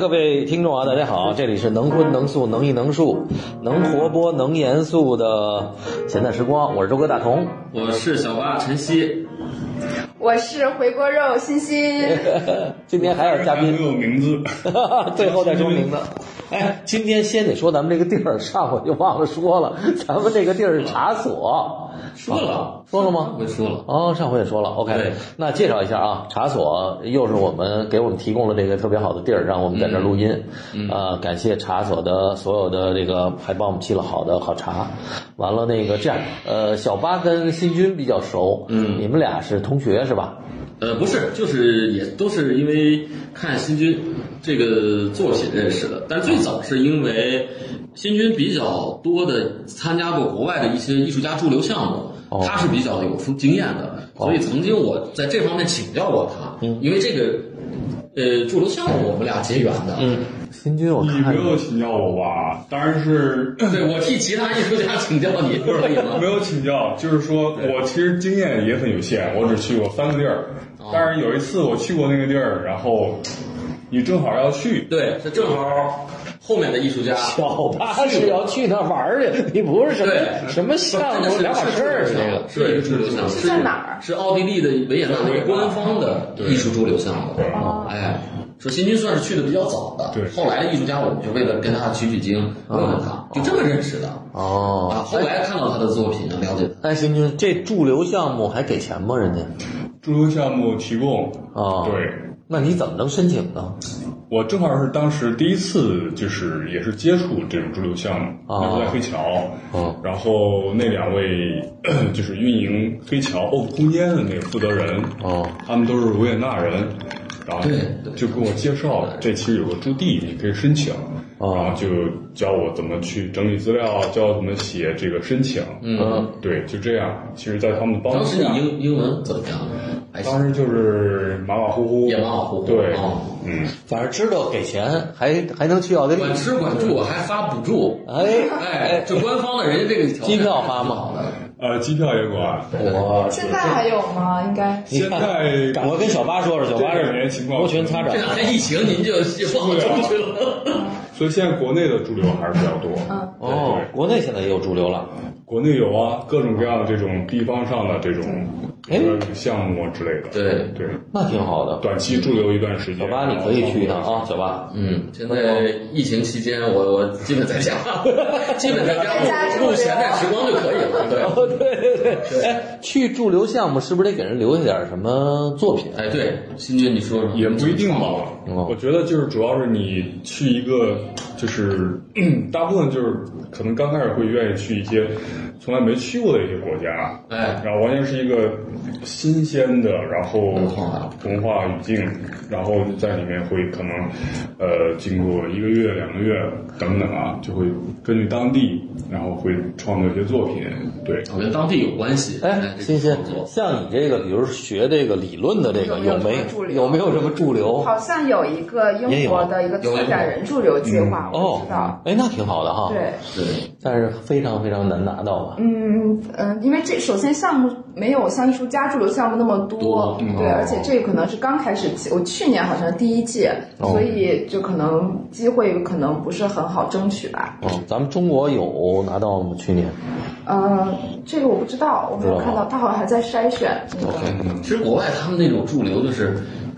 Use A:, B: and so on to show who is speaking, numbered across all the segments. A: 各位听众啊，大家好，这里是能荤能素能艺能术能活泼能严肃的闲淡时光，我是周哥大同。
B: 我是小八晨曦，
C: 我是回锅肉欣欣，
A: 今天还有嘉
D: 还没
A: 宾，
D: 有名字，
A: 最后再说名字。哎，今天先得说咱们这个地儿，上回就忘了说了，咱们这个地儿是茶所，啊
B: 说了
A: 说了吗？
B: 我说了，
A: 哦，上回也说了，OK
B: 对。
A: 那介绍一下啊，茶所又是我们给我们提供了这个特别好的地儿，让我们在这儿录音。
B: 嗯
A: 啊，感谢茶所的所有的这个，还帮我们沏了好的好茶。完了，那个这样，呃，小八跟新军比较熟，
B: 嗯
A: 你们俩是同学是吧？
B: 呃，不是，就是也都是因为看新军这个作品认识的，但是最早是因为新军比较多的参加过国外的一些艺术家驻留项目。
A: 哦
B: 他是比较有出经验的，
D: 哦
B: 所以曾经我在这方面请教过他，
D: 嗯
B: 因为这个，呃，驻留项目我们俩结缘的，嗯，
A: 新军，我
D: 你
A: 看
D: 没有请教我吧？当然是
B: 对我替其他艺术家请教你， 可以吗
D: 没？有请教，就是说我其实经验也很有限，我只去过三个地儿，
B: 哦
D: 但是有一次我去过那个地儿，然后你正好要去，
B: 对，这正好后面的艺术家
A: 小八是要去那玩儿去，你不是什么
B: 对
A: 什么
B: 这
A: 项
B: 个
A: 目，
B: 是
A: 两码事儿，这个。
B: 是一个驻留项目，
C: 是在哪儿
B: 是奥地利的维也纳的一个官方的艺术驻留项目。
C: 哦
B: 哎，说新军算是去的比较早的，
D: 对
B: 后来的艺术家，我们就为了跟他取取经，
A: 啊
B: 问问他，就这么认识的。
A: 哦，
B: 啊，后来看到他的作品，了解他。
A: 哎，新军，这驻留项目还给钱吗？人家？
D: 驻留项目提供，
A: 哦，
D: 对。
A: 那你怎么能申请呢？
D: 我正好是当时第一次，就是也是接触这种驻留项目，
B: 啊
A: 哦
D: 那时候在黑桥，
A: 哦
D: 然后那两位 就是运营黑桥 OP 空间的那个负责人，
A: 哦，
D: 他们都是维也纳人，然后
B: 啊对对啊
D: 就跟我介绍，这其实有个驻地，你可以申请，
A: 哦
D: 然后就教我怎么去整理资料，教我怎么写这个申请，
B: 嗯，
D: 对，就这样。其实，在他们的帮
B: 当
D: 助
B: 时
D: 下
B: 你，英英文怎么样？还行
D: 当，时就是马马虎虎，
B: 也马马虎虎
D: 对
B: 哦，
D: 嗯。
A: 反正知道给钱，还还能去奥地利。
B: 管吃管住，还发补助。
A: 哎
B: 哎，这官方的人家这个条件
A: 机票发吗？
D: 呃，机票也管，
A: 我
C: 现在还有吗？应该
A: 你
D: 现
A: 看
D: 在
A: 我跟小八说说，小八
D: 这两
A: 是
D: 年情况
A: 摩拳擦掌
B: 这。两天疫情，您就忘了出去了。
D: 所以现在国内的驻留还是比较多。
C: 嗯
A: 哦，国内现在也有驻留了。
D: 国内有啊，各种各样的这种地方上的这种
A: 哎
D: 呃项目之类的。
B: 对
D: 对，
A: 那挺好的。
D: 短期驻留一段时间。
A: 小八，你可以去一趟啊，小八。
B: 嗯，现在疫情期间我，我基本在家，基本在
C: 在家
B: 家
C: 住
B: 录录闲在时光就可以了。对，
A: 哦，对对对，哎，去驻留项目是不是得给人留下点什么作品？
B: 哎，对，新军你说说，
D: 也不一定吧
A: 嗯。
D: 我觉得就是主要是你去一个，就是 嗯大部分就是可能刚开始会愿意去一些从来没去过的一些国家，
B: 哎
D: 然后完全是一个新鲜的，然后
B: 文化
D: 文化语境，然后在里面会可能呃经过一个月、两个月等等啊，就会根据当地，然后会创作一些作品，对。
B: 我跟当地有关系。
A: 哎，
B: 这
A: 欣欣
B: 个工，作
A: 像你这个，比如学这个理论的这个，有
C: 有没
A: 没
C: 有什么驻留
A: 有没有什么驻留？
C: 好像有一个英国的一个策展人驻留计划，我知
A: 哦
C: 道。，
A: 哎，那挺好的哈。
C: 对，，
B: 对，
A: 但是非常非常难拿到吧？
C: 嗯嗯，因为这首先项目没有像艺术家驻留项目那么多
B: 多，
C: 对，而且这可能是刚开始起，我去年好像是第一届，
A: 哦
C: 所以就可能机会可能不是很好争取吧。
A: 哦，咱们中国有拿到吗？去年？
C: 嗯，这个我不知道，我没有看到，他好像还在筛选那个。
B: 其实国外他们那种驻留就是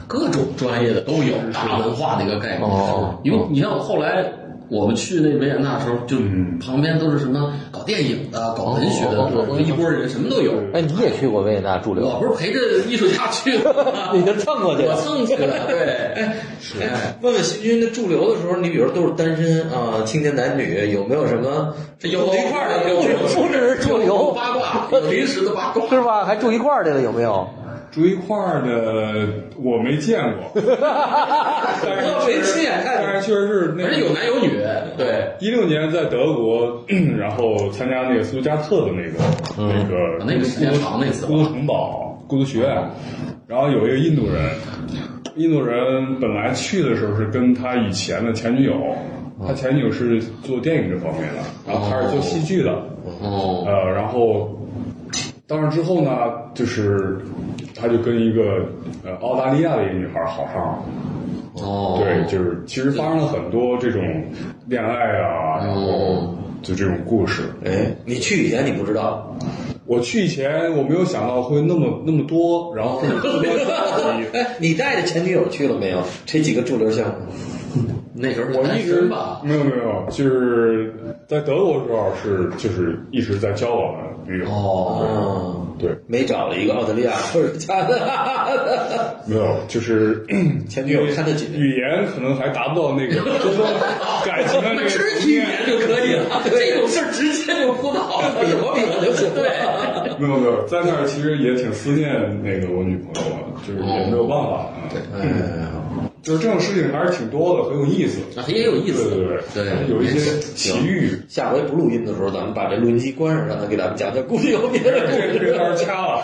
B: 各种专业的都有，大文化的一个概念。
A: 哦
B: 因为你像后来我们去那维也纳的时候，就旁边都是什么搞电影的、搞文学的
A: 哦哦哦，
B: 一波人什么都有。
A: 哎，你也去过维也纳驻留？
B: 我？不是陪着艺术家去的吗
A: 你就蹭过去
B: 我蹭去了，对，哎，哎
E: 问问新军，那驻留的时候，你比如都是单身啊，青年男女，有没有什么
B: 这有一块儿的有有
A: 不只是驻
B: 有
A: 留，
B: 八卦，有临时的八卦，
A: 是吧？还住一块儿去了，有没有？
D: 住一块儿的我没见过， 但是
E: 我没亲眼看见
D: 但是确实是那
B: 反正有男有女，对，
D: 一六年在德国， 然后参加那个苏加特的那个、那个
B: 啊那个时间长那次吧
D: 孤独城堡孤独学院，然后有一个印度人，印度人本来去的时候是跟他以前的前女友，
B: 嗯
D: 他前女友是做电影这方面的，然后他是做戏剧的，
B: 哦，
D: 呃，然后当然之后呢，就是他就跟一个呃澳大利亚的一个女孩好上了，
B: 哦，
D: 对，就是其实发生了很多这种恋爱啊，然
B: 哦
D: 后就这种故事。
E: 哎，你去以前你不知道，
D: 我去以前我没有想到会那么那么多，然后会有这么多交集。
E: 哎，你带着前女友去了没有？这几个驻留项目，
B: 那时候
D: 我
B: 单
D: 一直
B: 身吧，
D: 没有没有，就是在德国的时候是就是一直在交往的女友。
B: 哦，
E: 嗯，
D: 对，
E: 没找了一个澳大利亚或者加拿大的
D: 没有， 就是
E: 前女友看得紧，
D: 语言可能还达不到那个真正感情的 那个
B: 肢
D: 层
B: 体语
D: 面。
B: 言就可以了，这种事儿直接就扑倒了，
E: 比划比划就行了。
D: 没有没有，在那儿其实也挺思念那个我女朋友的，就是也没有办
B: 哦
D: 法。对，
B: 嗯
E: 哎呀，
D: 就是这种事情还是挺多的，很有意思。
B: 啊也有意思
D: 对对
B: 对
D: 有一些奇遇。
E: 下回不录音的时候，咱们把这录音机关上，让他给咱们讲讲，估计有别
D: 这
E: 的
D: 个这个倒是掐了。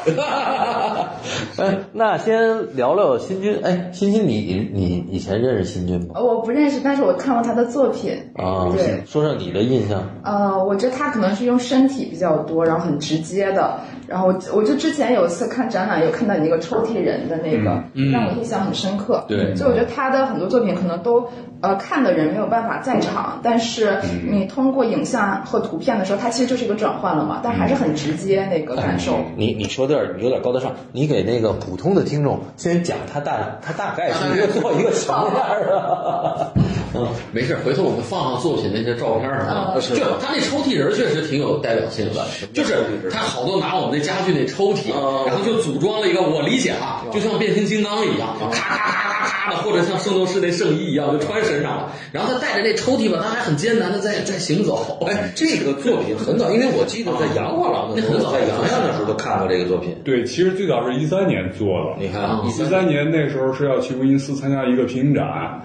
A: 哎，那先聊聊新军。哎，新军你，你你以前认识新军吗？
C: 呃我不认识，但是我看过他的作品。
A: 啊，
C: 对，
A: 说说你的印象。
C: 呃，我觉得他可能是用身体比较多，然后很直接的。然后我我就之前有一次看展览，有看到你那个抽屉人的那个，
B: 嗯嗯
C: 让我印象很深刻。
B: 对
C: 所以我觉得他的很多作品可能都呃看的人没有办法在场，但是
B: 嗯
C: 你通过影像和图片的时候，它其实就是一个转换了嘛，但还是很直接那个感受。
A: 你你说的有点高大上，你给那个普通的听众先讲他大他大概是一个做一个什么样儿啊？嗯，
B: 没事，回头我们放上作品那些照片儿啊。
E: 是
B: 就他那抽屉人确实挺有代表性的，就是他好多拿我们那家具那抽屉
E: 啊，
B: 然后就组装了一个，我理解啊，就像变形金刚一样，咔咔咔咔咔的，或者像圣斗士那圣衣一样，就穿身上了。然后他带着那抽屉吧，他还很艰难的在在行走。
E: 哎，这个作品很早，因为我记得在杨画廊的时候，
B: 那很早
E: 在杨洋的时候就看过这个作品。
D: 对，其实最早是一三年做的。
E: 你
A: 嗯
B: 啊
E: 看，啊
D: 一三年那时候是要去威尼斯参加一个品展，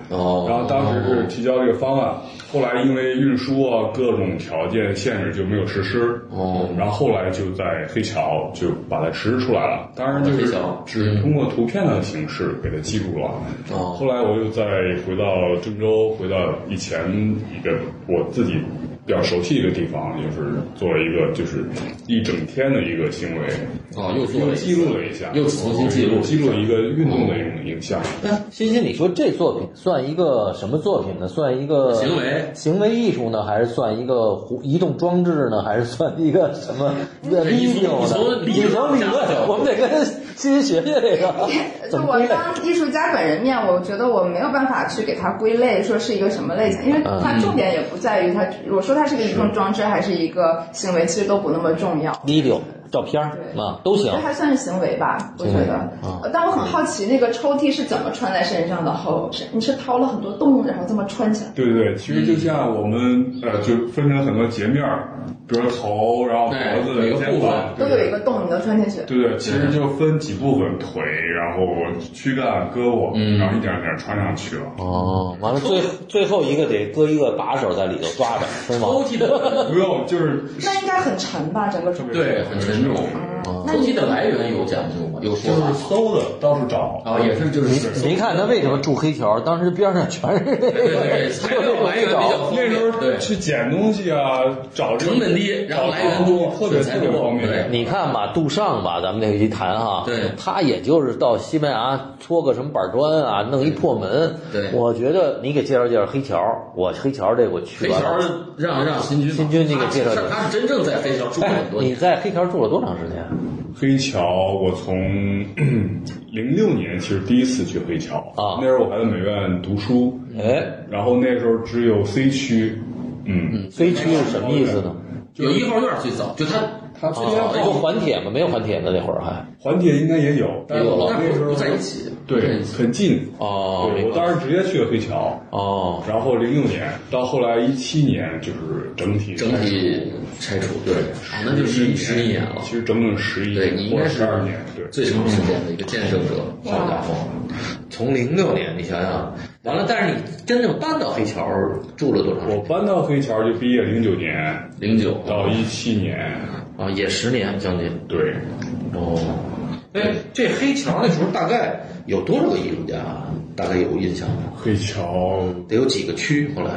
E: 哦
D: 然后当时是提交这个方案，后来因为运输啊各种条件限制就没有实施。嗯
B: 哦，
D: 然后后来就在黑桥就把它实施出来了，当然就
B: 黑
D: 是
B: 桥
D: 只通过图片的形式给它记录了。
E: 哦
D: 后来我又再回到郑州，回到以前一个我自己比较熟悉一个地方，就是做了一个就是一整天的一个行为，
B: 哦，又做
D: 又
B: 了一次
D: 记录了一下，
B: 又重新记录了一下嗯
D: 记录了一个运动的一种影像。
A: 那欣欣，你说这作品算一个什么作品呢？算一个
B: 行为
A: 行为艺术呢，还是算一个活移动装置呢，还是算一个什么呃
B: 你
A: video
B: 从你
A: 呢？
B: 从理论
A: 从理
B: 上
A: 论，
B: 讲
A: 我们得跟欣欣学学这 个
C: 就
A: 怎么
C: 我
A: 归类。
C: 当艺术家本人面，我觉得我没有办法去给它归类，说是一个什么类型，因为
A: 嗯
C: 它重点也不在于它，我说它是个移动装置还是一个行为，其实都不那么重要。
A: video 照片儿
C: 对
A: 啊都行
C: 这。还算是行为吧，我觉
A: 行为
C: 得。呃但我很好奇，那个抽屉是怎么穿在身上的？后是你是掏了很多洞，然后这么穿起来？
D: 对对对，其实
B: 嗯
D: 就像我们呃，就分成很多截面儿，比如头，然后脖子、
B: 对每个
D: 肩
B: 部分
D: 膀
C: 都
D: 对
C: 有一个洞，你能穿进去。
D: 对对，其实就分几部分，腿，然后躯干、胳膊，
B: 嗯
D: 然后一点一点穿上去了。
A: 哦，完了最最后一个得搁一个把手在里头抓着，是吗？
B: 抽屉的，
D: 不用，就是
C: 那应该很沉吧，整个
A: 嗯
C: 装置。
B: 对，很沉重。
C: 啊
B: 抽
C: 那你
B: 屉的来源有讲究吗？有
D: 就
B: 说法
D: 是
B: 吗？
D: 搜的，到处找
B: 啊，也是就 是
A: 您看他为什么住黑桥？当时边上全是那
B: 对 对
A: 个，
B: 对，材 料来源比较方
D: 那
B: 便，
D: 时候
B: 对，
D: 去捡东西啊，找这个
B: 成本低，然后来源多，
D: 特别
B: 材
D: 特
B: 料
D: 别
B: 多
D: 方便。
B: 对，
A: 你看吧，杜尚吧，咱们那一谈哈，
B: 对
A: 他也就是到西班牙搓个什么板砖啊，弄一破门。
B: 对
A: 我觉得你给介绍介绍黑桥，我黑桥这我去
B: 黑
A: 完
B: 桥
A: 了。
B: 让让新军吧，
A: 新军那个介绍
B: 他是他是真正在黑桥住了
A: 哎
B: 很，多
A: 你
B: 年，
A: 在黑桥住了多长时间？啊
D: 黑桥，我从 零六年其实第一次去黑桥
A: 啊
D: 那时候我还在美院读书，
A: 哎
D: 然后那时候只有 C 区，嗯，
A: ，C 区是什么意思呢？
B: 有一号院最早，就他
D: 它之
A: 啊，
D: 间
A: 有环铁吗？没有环铁呢，那会儿还。
D: 环铁应该也有，但是
A: 有
D: 我
A: 了
D: 那时候
B: 不在一起不在
D: 对
B: 一，起
D: 很近。
A: 哦，
D: 对，我当时直接去了黑桥，
A: 哦，
D: 然后零六年到后来一七年就是整体
B: 整体拆除，对，啊，那就
D: 十
B: 是十一年了，
D: 其实整整十一
B: 对你
D: 年
B: 应
D: 或
B: 该
D: 者
B: 是
D: 十二年，对。
B: 最长时间的一个见证者，啊好家伙，
E: 从零六年，你想想，完了，但是你真正搬到黑桥住了多长时
D: 我
E: 间？
D: 搬到黑桥就毕业零九年
B: 零九
D: 到一七年，
E: 啊，也十年将近。
D: 对，
E: 哦，哎，这黑桥那时候大概有多少个艺术家？大概有印象吗？
D: 黑桥
E: 得有几个区？后来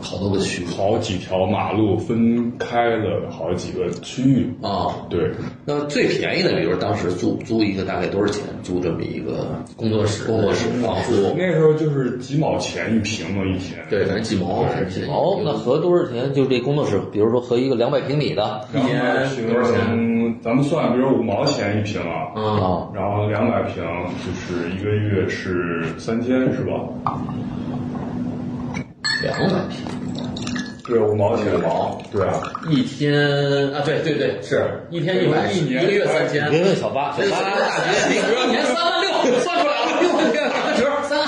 E: 好多个区
D: 好几条马路分开了好几个区域。
A: 哦
E: 啊。
D: 对，
E: 那最便宜的，比如当时租租一个大概多少钱？租这么一个工作室，工作室
B: 啊
E: 房租，
D: 那时候就是几毛钱一平嘛，一天。
E: 对，反正几毛，
D: 对
E: 反正几
A: 哦，那合多少钱？就这工作室，比如说合一个两百平米的
D: 然后
B: 一年
D: 平
B: 多少
D: 咱们算，比如五毛钱一平啊，
E: 啊，
D: 然后两百平就是一个月是三千是吧？
E: 两百平。
D: 对，五毛钱。
B: 毛
D: 对啊，
B: 一天啊，对对对，是一天一百，
D: 一年
B: 一个月三千，
A: 别问小八，小
E: 大
A: 八
E: 大学那时候年三万 六，算出来了，六天打折三，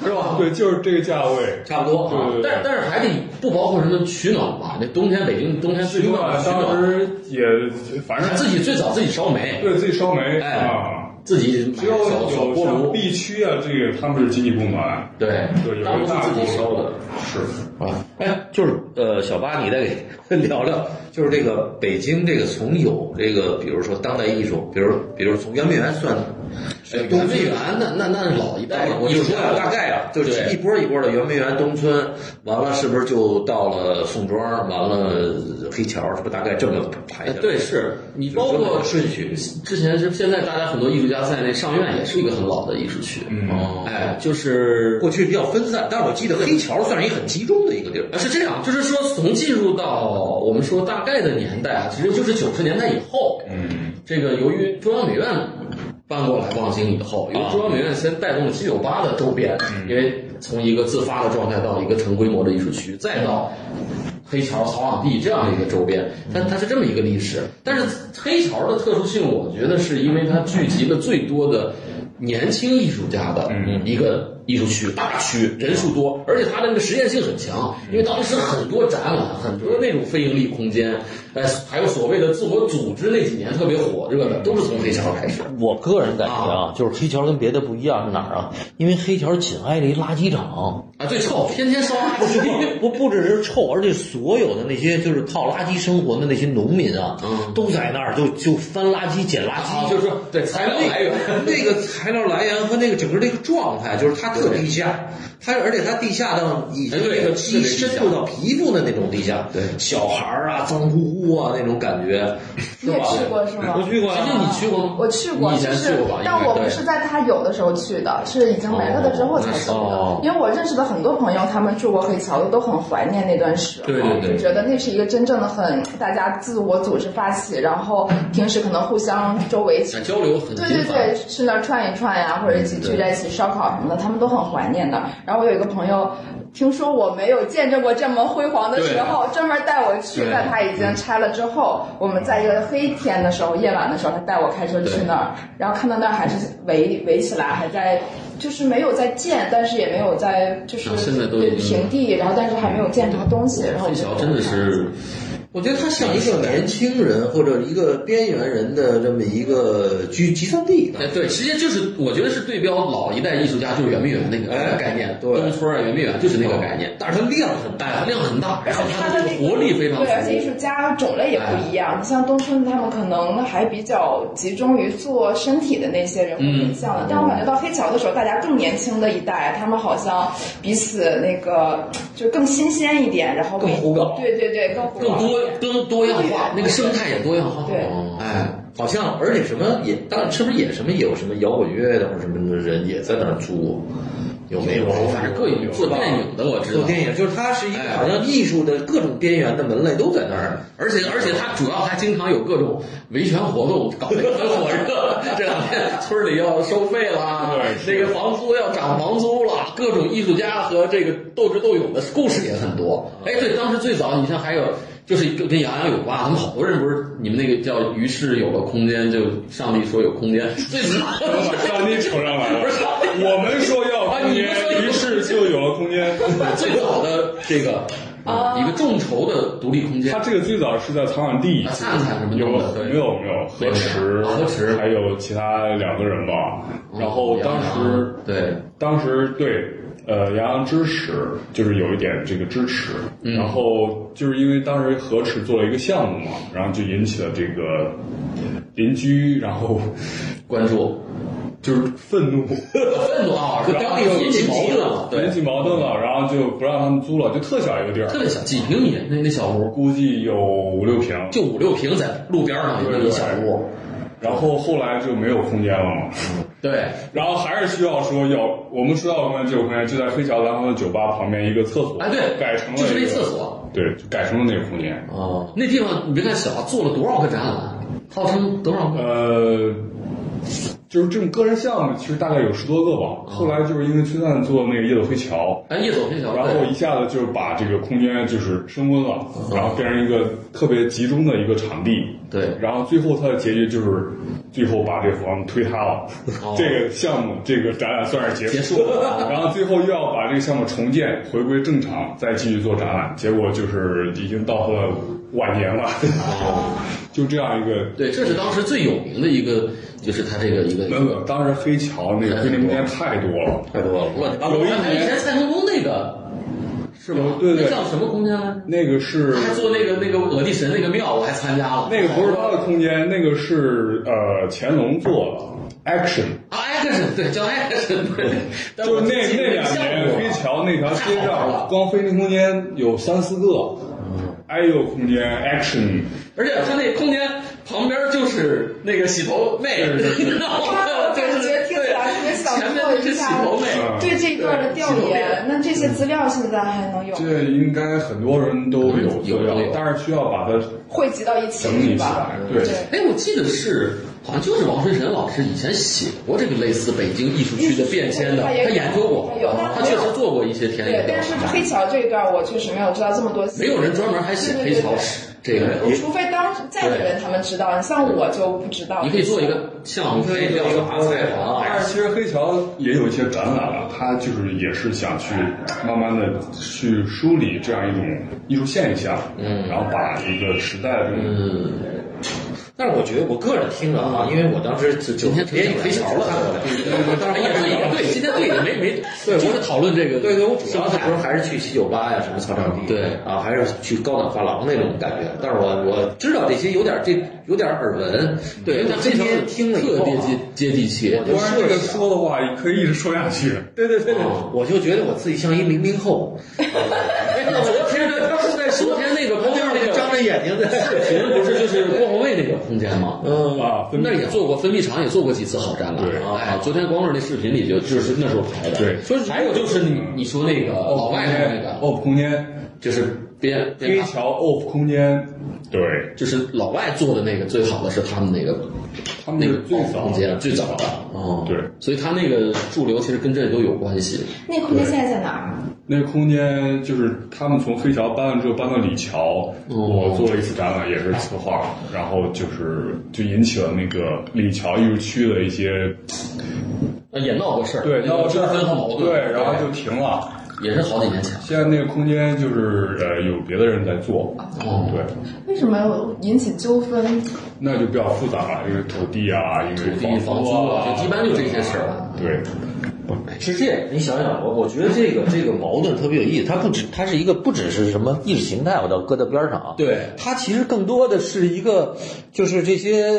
E: 是吧？
D: 对，就是这个价位。
E: 差不多啊
D: 对对对。
B: 但
E: 但
B: 但是还得不包括什么取暖吧？那冬天北京冬天最
D: 尽
B: 重要
D: 管
B: 的取
D: 当
B: 暖，
D: 时也反正
B: 自己最早自己烧煤，
D: 对自己烧煤
B: 哎
D: 啊，
B: 自己买
D: 只有
B: 小小
D: 有
B: 锅
D: 像
B: 炉，
D: 地区啊，这个他们是经济部门，
B: 对
D: 对，有一
B: 当
D: 个
B: 时
D: 大
B: 自
D: 锅
B: 己烧的。
D: 是
A: 啊，
E: 哎，就是呃，小八，你再给 聊聊，就是这个北京这个从有这个，比如说当代艺术，比如比如从圆明园算，
B: 哎，
E: 东
B: 圆明园那那那是老一代了，我
E: 你
B: 就
E: 说
B: 说
E: 大概啊，就是
B: 对
E: 一波一波的圆明园、东村，完了是不是就到了宋庄，完了黑桥，是不是大概这么排
B: 哎
E: 下
A: 呃
E: 来？
B: 对，是你
E: 就是
B: 包
E: 这么
B: 括
E: 个顺序。
B: 之前是现在大家很多艺术家在那上院也是一个很老的艺术区，
D: 嗯
E: 哦，
B: 哎，就是
E: 过去比较分散，但是我记得黑桥算是一个很集中的一个地儿。
B: 呃，是这样，就是说从进入到我们说大概的年代啊，其实就是九十年代以后，
D: 嗯，
B: 这个由于中央美院搬过来望京以后，
E: 啊
B: 由于中央美院先带动了七九八的周边，
E: 嗯
B: 因为从一个自发的状态到一个成规模的艺术区，再到。黑桥、草场地这样的一个周边，它
C: 嗯
B: 它是这么一个历史。但是黑桥的特殊性，我觉得是因为它聚集了最多的年轻艺术家的
C: 嗯
B: 一个艺术区、大区，人数多，而且它的那个实验性很强，
C: 嗯
B: 因为当时很多展览、很多那种非盈利空间，呃，还有所谓的自我组织那几年特别火热的，都是从黑桥开始。
A: 我个人感觉啊，就是黑桥跟别的不一样是哪儿啊？因为黑桥紧挨着一垃圾场，
B: 啊，对，臭，天天烧 垃圾。
A: 不不只是臭，而且所有的那些就是靠垃圾生活的那些农民啊，
B: 嗯
A: 都在那儿就就翻垃圾、捡垃圾，
B: 啊，就是说对材料来源，
E: 那个材料来源和那个整个这个状态，就是它特地下，它而且它地下到已经
B: 哎对
E: 那个
B: 特
E: 肌
B: 别地下
E: 深入到皮肤的那种地下，
B: 对
E: 小孩儿啊，脏乎乎啊那种感觉，是
C: 你也
E: 吧？
C: 去过是吗？
E: 我去过啊
B: 其实
E: 呀，
B: 你去过吗？
C: 我去过，
B: 你以
C: 就
B: 前
C: 是
B: 去过吧？，
C: 但
B: 应该
C: 我不是在他有的时候去的，是已经没了的之后才去
A: 哦
C: 的。因为我认识的很多朋友，他们住过黑桥，都很怀念那段时
B: 对对
C: 光，
B: 对
C: 就觉得那是一个真正的很大家自我组织发起，然后平时可能互相周围。
B: 对交流很
C: 对
B: 频
C: 对
B: 繁
C: 对，，去那儿串一串呀、或者一起聚在一起烧烤什么的，他们都很怀念的。然后我有一个朋友，听说我没有见证过这么辉煌的时候，专门带我去，
B: 对嗯
C: 在他已经拆了之后，我们在一个黑天的时候，夜晚的时候，他带我开车去那儿，然后看到那儿还是围围起来，还在。就是没有在建，但是也没有在，就是
B: 啊现在都已经
C: 平地，然后但是还没有建成东西，然后我
B: 黑
C: 就
B: 桥真的是
E: 我觉得它像一个年轻人或者一个边缘人的这么一个居集散地，
B: 哎，对，实际上就是我觉得是对标老一代艺术家，就是圆明园那个
E: 哎
B: 概念，
E: 对哦
B: 东村啊，圆明园就是那个概念，
E: 但是它量很大，
B: 哎，量很大，
C: 而
B: 然
C: 且
B: 后它
C: 他
B: 的
C: 的
B: 这
C: 那
B: 个
C: 个
B: 活力非常足哎
C: 对，，而且艺术家种类也不一样。你、像东村他们可能还比较集中于做身体的那些人或影像的，
B: 嗯
C: 但我感觉到黑桥的时候，大家更年轻的一代，他们好像彼此那个就更新鲜一点，然后
E: 更
C: 每
E: 胡搞
C: 对对对，更胡
B: 更
C: 搞一
B: 多
C: 点
B: 更多样化，
C: 对
B: 那个生态也多样化，
C: 对
E: 哎，好像而且什么也，当然是不是也什么也有什么摇滚乐的或者什么的人也在那儿租，有没有？
B: 反正各有做电影的我知道
E: 做。电影就是它是一个
B: 哎
E: 好像艺术的各种边缘的门类都在那儿，
B: 而且而且它主要还经常有各种维权活动，搞得很火热。这两天村儿里要收费啦，那个房租要涨房租啦，各种艺术家和这个斗智斗勇的故事也很多。哎，对，当时最早你像还有。就是跟杨洋有吧，他们好多人不是你们那个叫于是有了空间，就上帝说有空间，最早
D: 我把上帝扯上来了
B: 不是。
D: 我们说要
B: 啊
D: 空
B: 你们说有
D: 间，于是就有了空间。
B: 最早的这个
C: 啊
B: 一个众筹的独立空间
D: 它，这个最早是在草场地
B: 啊，灿灿什么
D: 有
B: 东的，对
D: 没有没有河池，
B: 啊河池
D: 还有其他两个人吧。然后当时
B: 哦对
D: 当时对，呃，杨洋支持就是有一点这个支持，
B: 嗯
D: 然后就是因为当时河池做了一个项目嘛，然后就引起了这个邻居，然后
B: 关注，
D: 就是愤怒，
B: 愤怒啊，就当地有引起矛盾 了，
D: 引
B: 对，
D: 起矛盾了，然后就不让他们租了，就特小一个地儿，
B: 特别小，几平米那那小
D: 我
B: 屋，
D: 估计有五六平，
B: 就五六平，在路边上有那么一小屋，
D: 然后后来就没有空间了嘛。
B: 对，
D: 然后还是需要说要我们说要关这个空间，就在黑桥南方的酒吧旁边一个厕所，
B: 哎对，
D: 改成了
B: 就是
D: 一
B: 那
D: 个
B: 厕，所，
D: 对，就改成了那个空间。
B: 哦，那地方你别看小，做了多少个展览，号称多少个？
D: 呃，就是这种个人项目，其实大概有十多个
B: 啊
D: 吧。后来就是因为崔灿做那个夜走黑桥，
B: 哎，夜走黑桥，
D: 然后
B: 对
D: 一下子就是把这个空间就是升温了，然后变成一个特别集中的一个场地。
B: 对
D: 然后最后它的结局就是最后把这个房子推塌了，
B: 哦
D: 这个项目这个展览算是结
B: 结
D: 束
B: 束了
D: 然后最后又要把这个项目重建，回归正常，再继续做展览。结果就是已经到了晚年了， 就这样一个。
B: 对，这是当时最有名的一个，就是他这个一个。
D: 没有，当时黑桥那个规定空间太多了，
E: 太多了，乱七八糟。
D: 有一
B: 哎以前蔡成功那个是吗
D: 有？对对
B: 那叫什么空间来？
D: 那个是
B: 他还做那个那个俄狄神那个庙，我还参加了。啊
D: 那个不是他的空间，那个是呃乾隆做的 action，
B: 啊，action 对，叫 action 对。但
D: 就
B: 我
D: 那
B: 记得
D: 那两
B: 个项
D: 年
B: 目
D: 飞桥那条街
B: 太好玩
D: 上，
B: 了
D: 光飞行空间有三四个，哎呦空间 action，
B: 而且他那空间旁边就是那个洗头妹，
D: 对对对
B: 你知道吗？
C: 感觉听起来特别想
B: 前面
C: 做一
B: 就是洗
C: 下
B: 头妹，
D: 嗯
C: 对这一段的调研，那这些资料现在还能有吗？
D: 这应该很多人都有
B: 有
D: 资料
B: 都有，
D: 但是需要把它
C: 汇集到一起
D: 整理
C: 是
D: 起
C: 吧？
D: 来。
C: 对
D: 对，，
B: 哎，我记得是，好像就是王春神老师以前写过这个类似北京艺术区的变迁的，
C: 他也有
B: 他研究过啊
C: 他有，
B: 他确实做过一些田野调
C: 对，但是
B: 查。
C: 黑桥这一段我确实没有知道这么多细
B: 没
C: 节。
B: 有人专门还写黑桥史这个，
C: 对，对对除非当时在的人他们知道，你像我就不知道。
B: 你可以做一个项目，可以调查采访
D: 但是其实黑桥也有一些展览了，他就是也是想去慢慢的去梳理这样一种艺术现象，嗯，然后把一个时代的这种
B: 嗯，
E: 但是我觉得我个人听着啊，因为我当时就就
B: 今天
E: 别有黑桥了，当
B: 哎
E: 然
B: 也对也对，今天对也没没，就是讨论这个，
E: 对对，我主要是不是
B: 态。
E: 还是去西酒吧呀，什么操场地，
B: 对
E: 啊，还是去高档画廊那种感觉。但是我我知道这些有点这有点耳闻，
B: 对，
E: 但今天听了以
B: 特
E: 后
B: 别
E: 啊，
B: 接接地气，
E: 我就
D: 不然这个
E: 是
D: 说的话也可以一直说 下去。
E: 对对对对，我就觉得我自己像一零零后。哎那我听着他们在
B: 昨
E: 说
B: 天 那个
E: 我就是那个张着眼睛的
B: 群不是就是郭红卫那个空间吗？
E: 嗯
D: 啊分泌
B: 那也做过分泌场，也做过几次好展览。
D: 对
B: 哎，昨天光棍那视频里就就是那时候拍的。
D: 对
B: 说还有就是你你说那个老外的那个，
D: OPP 哦空间，
B: 就是边
D: 黑
B: 边打
D: 桥 OPP 空间，对，
B: 就是老外做的那个最好的是他们那个
D: 他们
B: 那个
D: 是最早
B: 空间最早的哦，
D: 对
B: 所以他那个驻留其实跟这都有关系。
C: 那空间现在在哪儿？啊
D: 那个空间就是他们从黑桥搬了之后搬到李桥，
B: 哦
D: 我做了一次展览，也是策划，然后就是就引起了那个李桥艺术区的一些
B: 呃，也闹过事儿，
D: 对，
B: 闹
D: 然后
B: 过
D: 这
B: 纠纷和矛盾，
D: 对，然后就停了。
B: 也是好几年前。
D: 现在那个空间就是呃有别的人在做，
B: 哦
D: 对，
C: 为什么要引起纠纷？
D: 那就比较复杂了，因为土地啊，因
B: 土
D: 为
B: 地、房
D: 租
B: 租
D: 啊
B: 啊，，就一般就这些事儿。
D: 对。
E: 是这样，你想想，我我觉得这个这个矛盾特别有意思，它不只它是一个不只是什么意识形态，我倒搁到边儿上啊，
B: 对
E: 它其实更多的是一个就是这些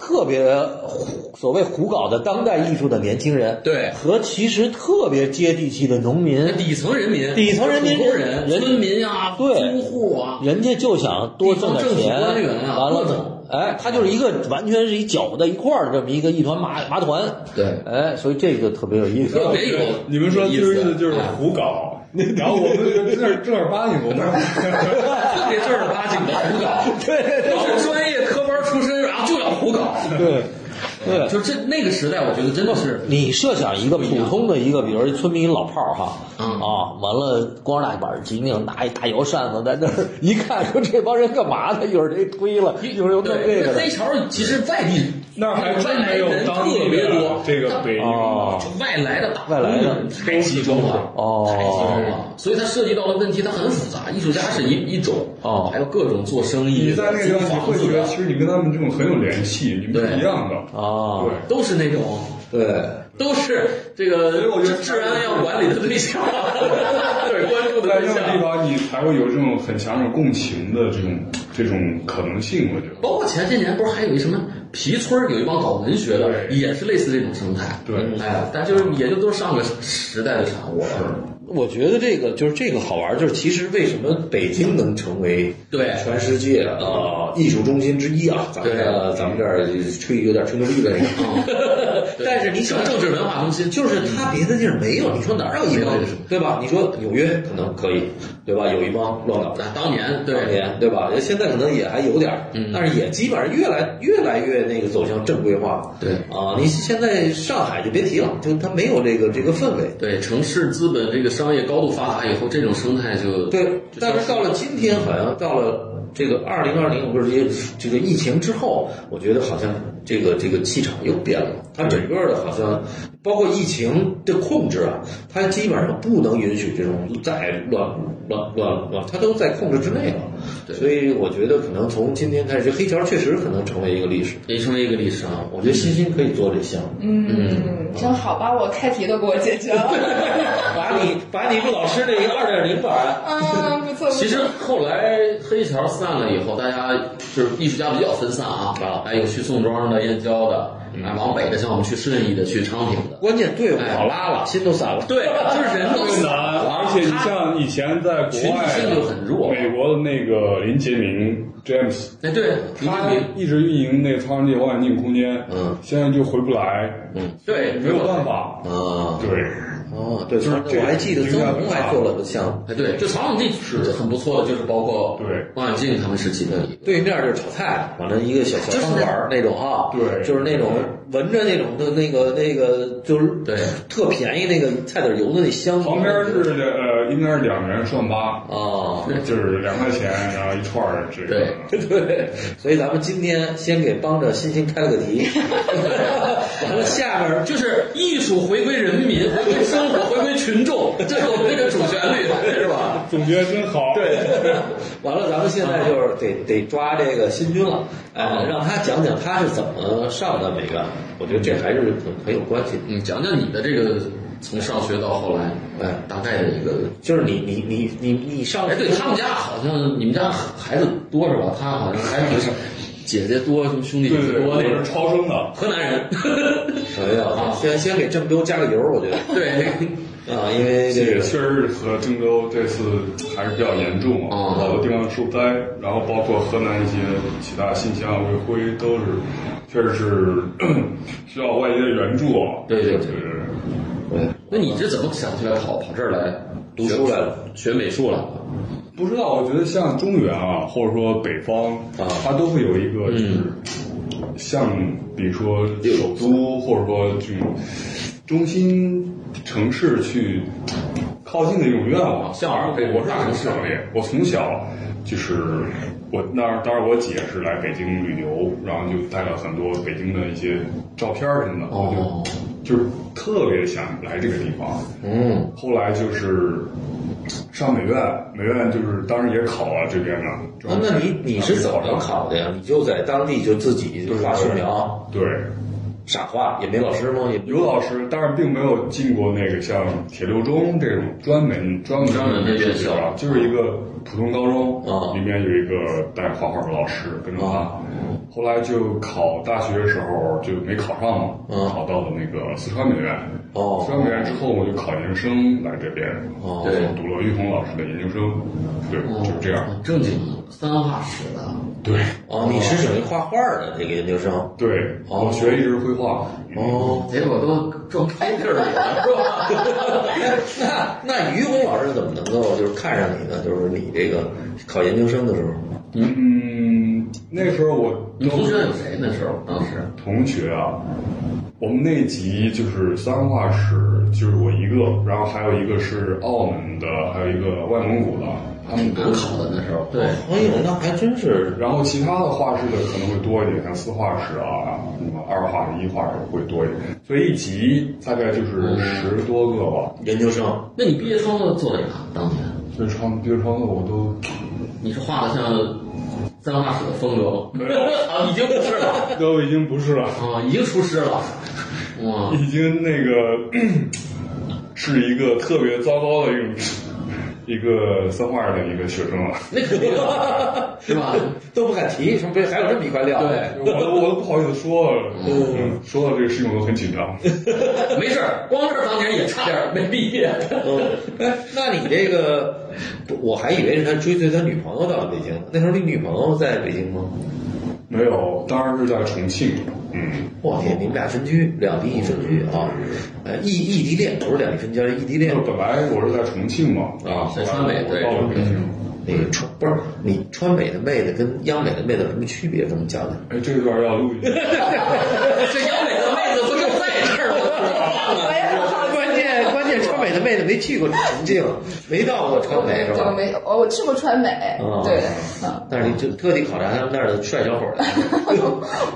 E: 特别胡所谓胡搞的当代艺术的年轻人，
B: 对
E: 和其实特别接地气的农民，
B: 底层人民，
E: 底层人民
B: 普通人、
E: 人
B: 村民啊，
E: 对
B: 租户啊，
E: 人家就想多挣点
B: 地方
E: 钱，
B: 政府官员啊
E: 完
B: 各
E: 了
B: 种，
E: 哎，他就是一个完全是一搅在一块儿的这么一个一团麻麻团，
B: 对
E: 哎，所以这个特别有意思。
B: 特别有
D: 你们说最有意思就是
B: 啊
D: 胡搞， 然后我们就正儿正儿八经的，
B: 特别正儿八经的胡搞，
E: 对对对
B: 然后专业科班出身，然后就要胡搞，
E: 对对，
B: 就这那个时代，我觉得真的是
E: 你设想一个普通的一个，比如村民老炮儿哈，
B: 嗯
E: 啊，完了光着大板儿机灵，拿一大油扇子在那儿一看，说这帮人干嘛呢？一会儿这推了，一会儿又弄这
B: 对，
E: 个
B: 那
E: 的
B: 黑，桥其实外地
D: 那儿还真
B: 外来
D: 没有
B: 人
D: 当
B: 特
D: 地
B: 别
D: 的
B: 多，
D: 这个北京
E: 哦
D: 啊，
B: 就外来的打
E: 外来的
B: 太集中了，
E: 哦
B: 太集中了，所以它涉及到的问题它很复杂，艺术家是一一种，
E: 哦
B: 还有各种做生意，
D: 你在那个地
B: 租
D: 方，你
B: 房
D: 会
B: 子
D: 觉
B: 的
D: 得其实你跟他们这种很有联系，你们是一样的
E: 啊
D: 对，
B: 都是那种。
E: 对。
B: 都是这个
D: 以我觉得
B: 治安要管理的对 象，对关注的
D: 在
B: 对
D: 那种地
B: 象，
D: 方，你才会有这种很强的共情的这种这种可能性，我觉得。
B: 包括前些年不是还有一什么皮村儿有一帮搞文学的，
D: 对
B: 也是类似这种生态。
D: 对
B: 哎，但就是也就都是上个时代的产物了。
E: 我觉得这个就是这个好玩儿，就是其实为什么北京能成为
B: 对
E: 全世界呃艺术中心之一啊？咱们
B: 对
E: 呃咱们这儿吹有点吹牛逼的那个，但是你想
B: 政治文化中心，
E: 就是他别的地儿没有，你说哪儿有一帮
B: 没有
E: 对吧？你说纽约可能可以，对吧？有一帮乱搞的
B: 那。当年对
E: 当年对吧？现在可能也还有点儿，
B: 嗯
E: 但是也基本上越来越来越那个走向正规化。
B: 对
E: 啊，你现在上海就别提了，就它没有这个这个氛围。
B: 对城市资本这个商业高度发达以后，这种生态就
E: 对，
B: 就
E: 但是到了今天，好像到了这个二零二零，不是这个这个疫情之后，我觉得好像这个这个气场又变了。它整个的好像包括疫情的控制啊，它基本上不能允许这种再乱乱乱乱，它都在控制之内了。
B: 对
E: 所以我觉得可能从今天开始，黑桥确实可能成为一个历史。
B: 也成为一个历史啊。
E: 我觉得欣欣可以做这项目。
C: 嗯，真好，把我开题都给我解决 了。
E: 把你把你不老师那个二点零版
C: 嗯，不错。不错
B: 其实后来黑桥散了以后，大家就是艺术家比较分散啊，
E: 啊
B: 哎，有去宋庄的、燕郊的，
E: 嗯
B: 哎，往北的，像我们去顺义的、去昌平的，
E: 关键队伍
B: 哎
E: 跑拉了，心都散了。
B: 对，就是人都
D: 更
B: 散
D: 难，
B: 了，
D: 而且你像以前在国外
B: 群体性就很弱
D: 美国的那个林杰明 James，
B: 哎，对，林
D: 他
B: 志明，
D: 一直运营那个苍兰街望远镜空间，
E: 嗯，
D: 现在就回不来，
B: 对，
D: 没有办。法，
E: 啊，
D: 对，
E: 哦，对，
D: 就是这
E: 我还记得
D: 个
E: 曾
D: 应该
E: 红还做了个项目，
B: 哎，对，就朝阳地是很不错的，就是包括
D: 对
B: 望远镜他们时期的，
E: 对面就是炒菜，完了一个小小
B: 就是
E: 餐馆儿那种啊，
D: 对
E: 就是那种闻着那种的那个那个就是
B: 对
E: 特便宜那个菜籽油的那香，
D: 旁边是呃应该是两元涮八，
E: 啊。
D: 就是两块钱，然后一串儿这个。
B: 对
E: 对，所以咱们今天先给帮着欣欣开了个 题，完了下边儿
B: 就是艺术回归人民，回归生活，回归群 众，这是我们这个主旋律，是吧？
D: 总结真好。对，
E: 完了，咱们现在就是得得抓这个新军了，哎，让他讲讲他是怎么上的美院，我觉得这还是很很有关系。
B: 嗯，讲讲你的这个从上学到后来，
E: 哎
B: 大概的一个。
E: 就是你你你你你上
B: 哎，对他们家好像你们家孩子多是吧？他好像还挺姐姐多，什么兄弟姐
D: 对
B: 姐
D: 对，
B: 多
D: 我
B: 那
D: 是
B: 种。
D: 超生的。
B: 河南人，
E: 哎呀，先先给郑州加个油，我觉得
B: 对，嗯
E: 啊，因为这
D: 也
E: 个
D: 确实和郑州这次还是比较严重嘛，
B: 哦
D: 好多地方受灾，然后包括河南一些其他新乡、卫辉都是，确实是 需要外界的援助啊。
B: 对对对
D: 对，
E: 对
B: 那你这怎么想起来跑跑这儿来
E: 读书来了，
B: 学美术来了？
D: 不知道，我觉得像中原啊，或者说北方，
E: 啊
D: 它都会有一个就是像比如说首都，或者说这种中心城市去靠近的一种愿望。
B: 向往对
D: 我是很强烈，我从小就是我那儿，当然我姐是来北京旅游，然后就带了很多北京的一些照片儿什么的，
B: 哦
D: 我就就是特别想来这个地方。
E: 嗯，
D: 后来就是上美院，美院就是当时也考了这边的。
E: 那那你你是怎么考的呀？你就在当地就自己
D: 对
E: 画素描，
D: 对，
E: 傻画也没老师吗？也不
D: 有老师，但是并没有进过那个像铁六中这种专门专门
B: 专门的院校
D: 啊，就是一个普通高中
E: 啊
D: 里面有一个带画画的老师跟着
E: 啊
D: 他。后来就考大学的时候就没考上嘛，
E: 啊
D: 考到了那个四川美院。四
E: 哦
D: 川美院之后，我就考研究生来这边，
E: 哦
D: 对，读了于红老师的研究生，对，就是这样。
B: 嗯正经三画室的，
D: 对，
E: 哦，你是属于画画的这个研究生
D: 对，
E: 哦
D: 我学一直绘画。
E: 哦。
B: 结果都撞坑地儿里了，是吧？
E: 那那于红老师怎么能够就是看上你呢？就是你这个考研究生的时候，
D: 嗯，那时候我
B: 你同学有谁那时候？当时
D: 同学啊，我们那集就是三画室，就是我一个，然后还有一个是澳门的，还有一个外蒙古的，他们
B: 挺
D: 都
B: 难考的那时候。嗯哦对，
E: 哎呦，那还真是
D: 然后其他的画室的可能会多一点，像四画室啊，什么二画室、一画室会多一点，所以一集大概就是十多个吧。
E: 研究生，
B: 那你毕业创作做哪个？当年
D: 这窗这窗子我都
B: 你是画的像三画室的风格吗？ 啊，已经不是 了，
D: 都已经不是了。
B: 啊，已经出师了，哇！
D: 已经那个是一个特别糟糕的一种一个三画的一个学生了，
B: 那肯定的，对吧？
E: 都不敢提，什么还有这么一块料？
B: 对
D: 我都我都不好意思说了，嗯，说到这个事情我都很紧张。
B: 没事儿，光这当年也差点没毕业。
E: 哎，那你这个，不我还以为是他追随他女朋友到了北京，那时候你女朋友在北京吗？
D: 没有，当然是在重庆，嗯，
E: 我天，你们俩分居，两地一分居啊，呃，异异地恋不是两地分居，而是异地恋
D: 就。本来我是在重庆嘛，
E: 啊
D: 后来
B: 在川北
D: 我
B: 对
D: 到了北京。
E: 那个川不是你川北的妹子跟央美的妹子有什么区别？跟我们讲讲。
D: 哎，这段要录 一下，
B: 这杨磊的妹子不就在这儿
C: 我
B: 吗？
C: 也很好奇。
E: 关键关键，川北的妹子没去过重庆，没到过川北是
C: 我
E: 吧？
C: 没有，我去过川美，
B: 哦
E: 啊
C: 对， 嗯，
E: 但是你就特地考察他们那儿的帅小伙儿来。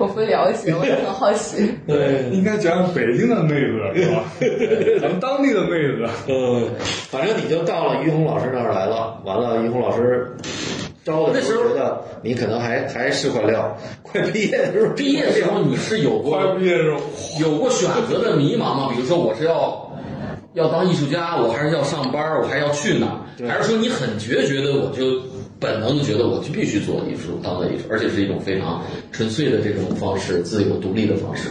C: 我不了解，我也很好奇。
E: 对，
D: 应该讲讲北京的妹子 是吧？咱们当地的妹子，
E: 嗯，反正你就到了于红老师那儿来了，完了于红老师招的候觉得你可能还还是块料，快毕业的时候
B: 毕业的时候你是有过
D: 快毕业的时候，
B: 有过选择的迷茫吗？比如说我是要要当艺术家，我还是要上班，我还是要去哪儿？还是说你很决绝的，我就本能的觉得我就必须做艺术，当代艺术，而且是一种非常纯粹的这种方式，自由独立的方式，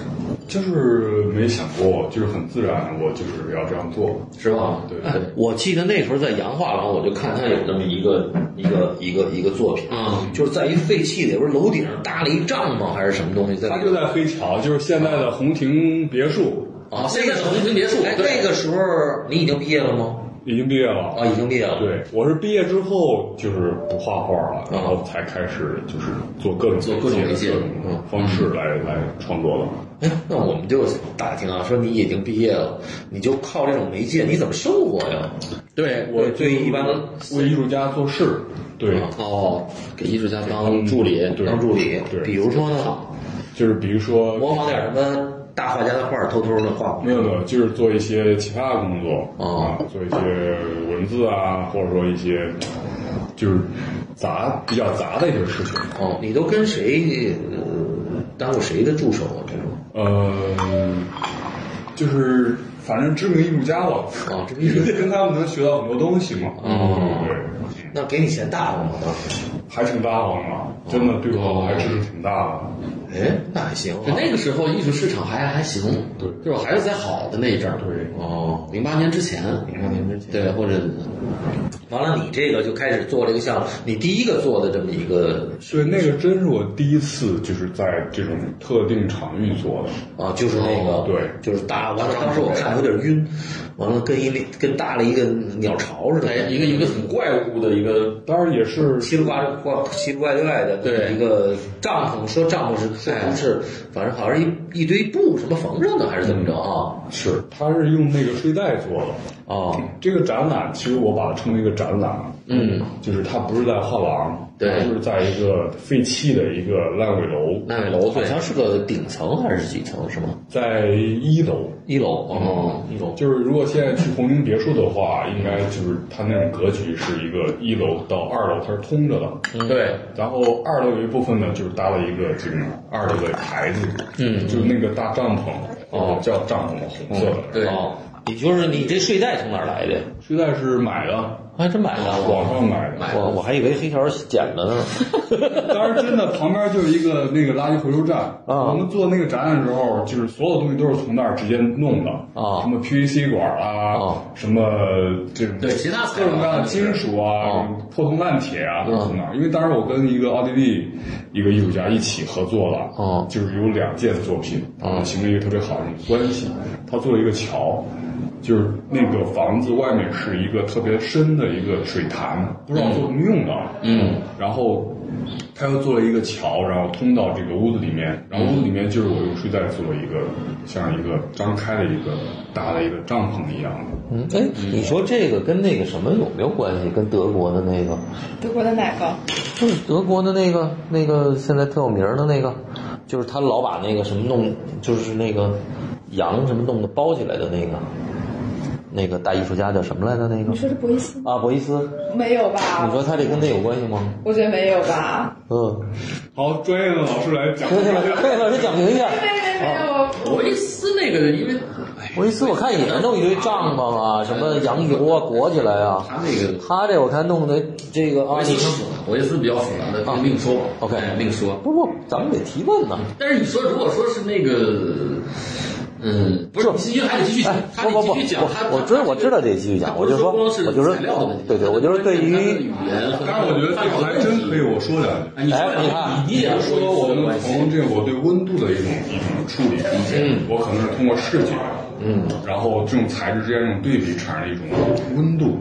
D: 就是没想过，就是很自然，我就是要这样做。
B: 是吧？
D: 对
B: 对。
E: 我记得那时候在洋画廊，我就看他有那么一个一个一个一个作品，
B: 嗯
E: 就是在一废弃的，也不是楼顶上搭了一帐篷还是什么东西，在
D: 他就在黑桥，就是现在的红亭别墅，
E: 啊，
B: 现
E: 那
B: 在
E: 个
B: 是
E: 时候
B: 红亭别墅
E: 哎，
B: 对
E: 那个时候你已经毕业了吗？
D: 已经毕业了
E: 啊，已经毕业了。
D: 对，我是毕业之后就是不画画
E: 啊
D: 了，然后才开始就是做各种
B: 做各种媒介
D: 各种方式
E: 嗯
D: 来来创作了。
E: 哎，那我们就打听啊，说你已经毕业了，你就靠这种媒介，你怎么生活呀？
B: 对
E: 我哎对一般啊
D: 为艺术家做事，对，
B: 哦，给艺术家当助理，
D: 对
E: 嗯当助理，
D: 对
E: 比如说呢，
D: 就是比如说
E: 模仿点什么大画家的画，偷偷的画。
D: 没有没有，就是做一些其他的工作啊，
E: 哦
D: 做一些文字啊，或者说一些就是杂比较杂的一些事情。
E: 哦，你都跟谁呃当过谁的助手啊？这种
D: 呃，就是反正知名艺术家吧，
E: 哦知名艺术
D: 就是跟他们能学到很多东西嘛。
E: 哦
D: 对。
E: 那给你钱大方吗？当时？
D: 还挺大方的，真的对我还支持挺大的。
E: 哎，那还行
B: 就
E: 啊。
B: 那个时候艺术市场还还行，
D: 对
B: 就是还是在好的那一阵儿，对，
E: 哦，
B: 零八年之前，零八年之前，对，或者
E: 完了，你这个就开始做这个项目，你第一个做的这么一个
D: 所以那个真是我第一次，就是在这种特定场域做的。
E: 啊，就是那个，
D: 哦对
E: 就是搭。完了，当时我看有点晕，完了跟一跟搭了一个鸟巢似的，
B: 哎，一个一个很怪物的一个，
D: 当然也是
E: 奇了怪怪奇了怪怪的，
B: 对
E: 一个帐篷，说帐篷是说不是，反正好像是一一堆布什么缝上的，还是怎么着啊？
D: 是，他是用那个睡袋做的。嗯
E: 哦，
D: 这个展览其实我把它称为一个展览，
B: 嗯，
D: 就是它不是在画廊，
B: 对
D: 它就是在一个废弃的一个烂尾楼，
B: 烂尾楼
E: 好
B: 对，
E: 像是个顶层还是几层是吗？
D: 在一楼。
E: 一楼哦，一楼
D: 就是如果现在去红星别墅的话，应该就是它那种格局是一个一楼到二楼它是通着的，
B: 对，
D: 然后二楼有一部分呢，就是搭了一个这种二楼的台子，嗯，就是那个大帐篷，哦，叫帐篷，红色的。
B: 对
E: 哦，也就是你这睡袋从哪儿来的？哦
D: 睡袋是买的，
E: 还真买的，我
D: 网上哦买的。
E: 我我还以为黑条捡的呢。
D: 当时真的旁边就有一个那个垃圾回收站，我们做那个展览的时候，就是所有东西都是从那儿直接弄的，
E: 啊
D: 什么 PVC 管
E: 啊
D: 啊，什么这种
B: 对其他材
D: 各
B: 料
D: 种各样的金属啊
E: 啊，
D: 破铜烂铁啊，都从那儿。因为当时我跟一个奥地利一个艺术家一起合作了，
E: 哦
D: 就是有两件作品，
E: 啊
D: 形成一个特别好的关系。他做了一个桥。就是那个房子外面是一个特别深的一个水潭，不知道做什么用的。嗯，然后他又做了一个桥，然后通到这个屋子里面，然后屋子里面就是我用睡袋做了一个像一个张开的一个搭的一个帐篷一样的。
E: 嗯，哎，你说这个跟那个什么有没有关系？跟德国的那个，
C: 德国的哪个？
E: 就是德国的那个那个现在特有名儿的那个，就是他老把那个什么弄，就是那个羊什么弄的包起来的那个，那个大艺术家叫什么来着？那个
C: 你说是博伊斯？
E: 啊，博伊斯，
C: 没有吧？
E: 你说他这跟那有关系吗？
C: 我觉得没有吧。
B: 哦
E: 嗯，
D: 好，专业的老师来讲，
E: 对对，老师讲评一下。
C: 没有，
B: 博伊斯那这个因为
A: 威尼斯我看也弄一堆帐篷啊，什么洋油啊裹起来啊。
B: 他那个
A: 他这我看弄的这个啊，
B: 维
A: 你
B: 斯
A: 说
B: 维斯比较复杂的，这另说吧。
A: OK
B: 哎另说。
A: 不不，咱们得提问呢。
B: 但是你说，如果说是那个，嗯，不是，你继续还得继续讲，他
A: 不
B: 得
A: 哎不不，
B: 继续讲。他
A: 我我知我知道得继续讲，我就
B: 说，光是
A: 我就说
B: 材料的问题，，
A: 对对，我就是对
B: 他的
A: 于
B: 语言和
D: 但是我觉得这个还真可以，我说两句。
B: 哎。你说
A: 哎你看
B: 你你也说
D: 说我
B: 的
D: 们
B: 关系，
D: 从这个我对温度的一种一种处理理解，我可能是通过视觉，嗯，然后这种材质之间这种对比产生一种温度，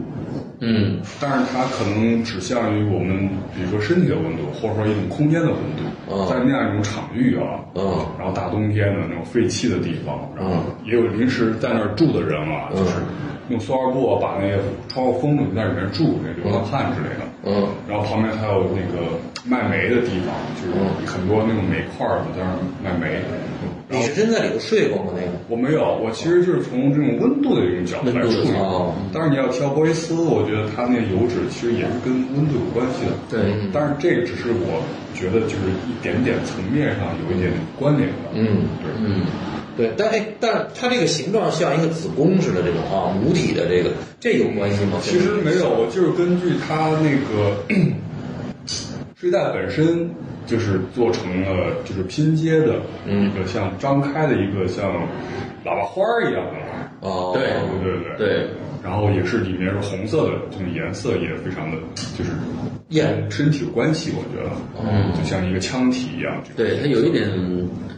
B: 嗯，
D: 但是它可能指向于我们，比如说身体的温度，或者说一种空间的温度，在那样一种场域啊，
E: 嗯，
D: 然后大冬天的那种废弃的地方，然后也有临时在那儿住的人啊，就是用塑料布啊把那个窗户封住，在里面住，那流浪汉之类的，
E: 嗯，
D: 然后旁边还有那个卖煤的地方，就是很多那种煤块儿在那儿卖煤。
E: 你是真在里头睡过吗？那个？
D: 我没有，我其实就是从这种温度的这种角度来
B: 温
D: 处理
B: 度
D: 啊
E: 的哦。
D: 但是你要挑波伊斯，我觉得它那油脂其实也是跟温度有关系的。
B: 对
D: 但是这个只是我觉得就是一点点层面上有一点关联的。
E: 嗯，
D: 对，
B: 嗯，
E: 对，但哎，但它这个形状像一个子宫似的这种啊，母体的这个，这有关系吗？
D: 其实没有，我就是根据它那个 睡袋本身就是做成了就是拼接的一个像张开的一个像喇叭花儿一样的，
E: 哦，
B: 对
D: 对对对。
B: 对，
D: 然后也是里面是红色的，这种颜色也非常的，就是
E: 艳
D: 跟身体有关系，我觉得，就像一个腔体一样。这种
B: 对，它有一点，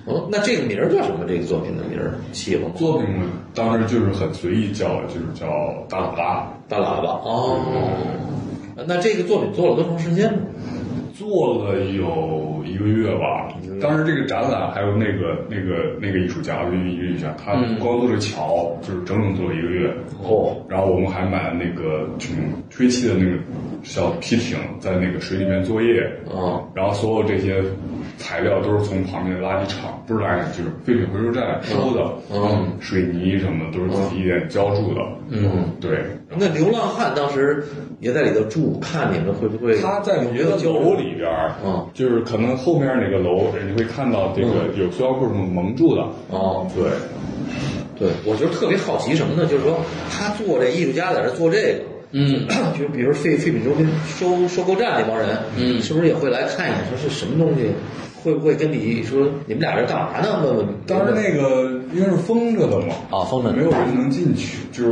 E: 哦，那这个名儿叫什么？这个作品的名儿起了吗？
D: 作品我当时就是很随意叫，就是叫大喇叭，
E: 大喇叭哦。那这个作品做了多长时间呢？
D: 做了有一个月吧。
E: 嗯
D: 当时这个展览还有那个那个那个艺术家，一个艺术家，他光做这桥就是整整做了一个月。
E: 嗯哦，
D: 然后我们还买了那个这种吹气的那个小皮艇，在那个水里面作业。
E: 啊，
D: 然后所有这些材料都是从旁边的垃圾场，不是垃圾场，就是废品回收站收的，
E: 嗯，
D: 水泥什么的都是自己一点浇筑的，
E: 嗯，
D: 对。
E: 那流浪汉当时也在里头住，看你们会不会？
D: 他在
E: 有
D: 你
E: 没
D: 的
E: 有交
D: 楼
E: 流？
D: 里边儿，
E: 嗯
D: 就是可能后面哪个楼，你会看到这个有塑料布什么蒙住的，
E: 哦，
D: 对，
E: 对，我就是特别好奇什么呢？就是说他做这艺术家在这做这个，
B: 嗯，
E: 就 比如废废品收收收购站那帮人，
B: 嗯
E: 是不是也会来看一眼，说是什么东西？会不会跟你说你们俩这干嘛呢？问问。
D: 当时那个因为是封着的嘛，
A: 啊封着的
D: 没有人能进去，就是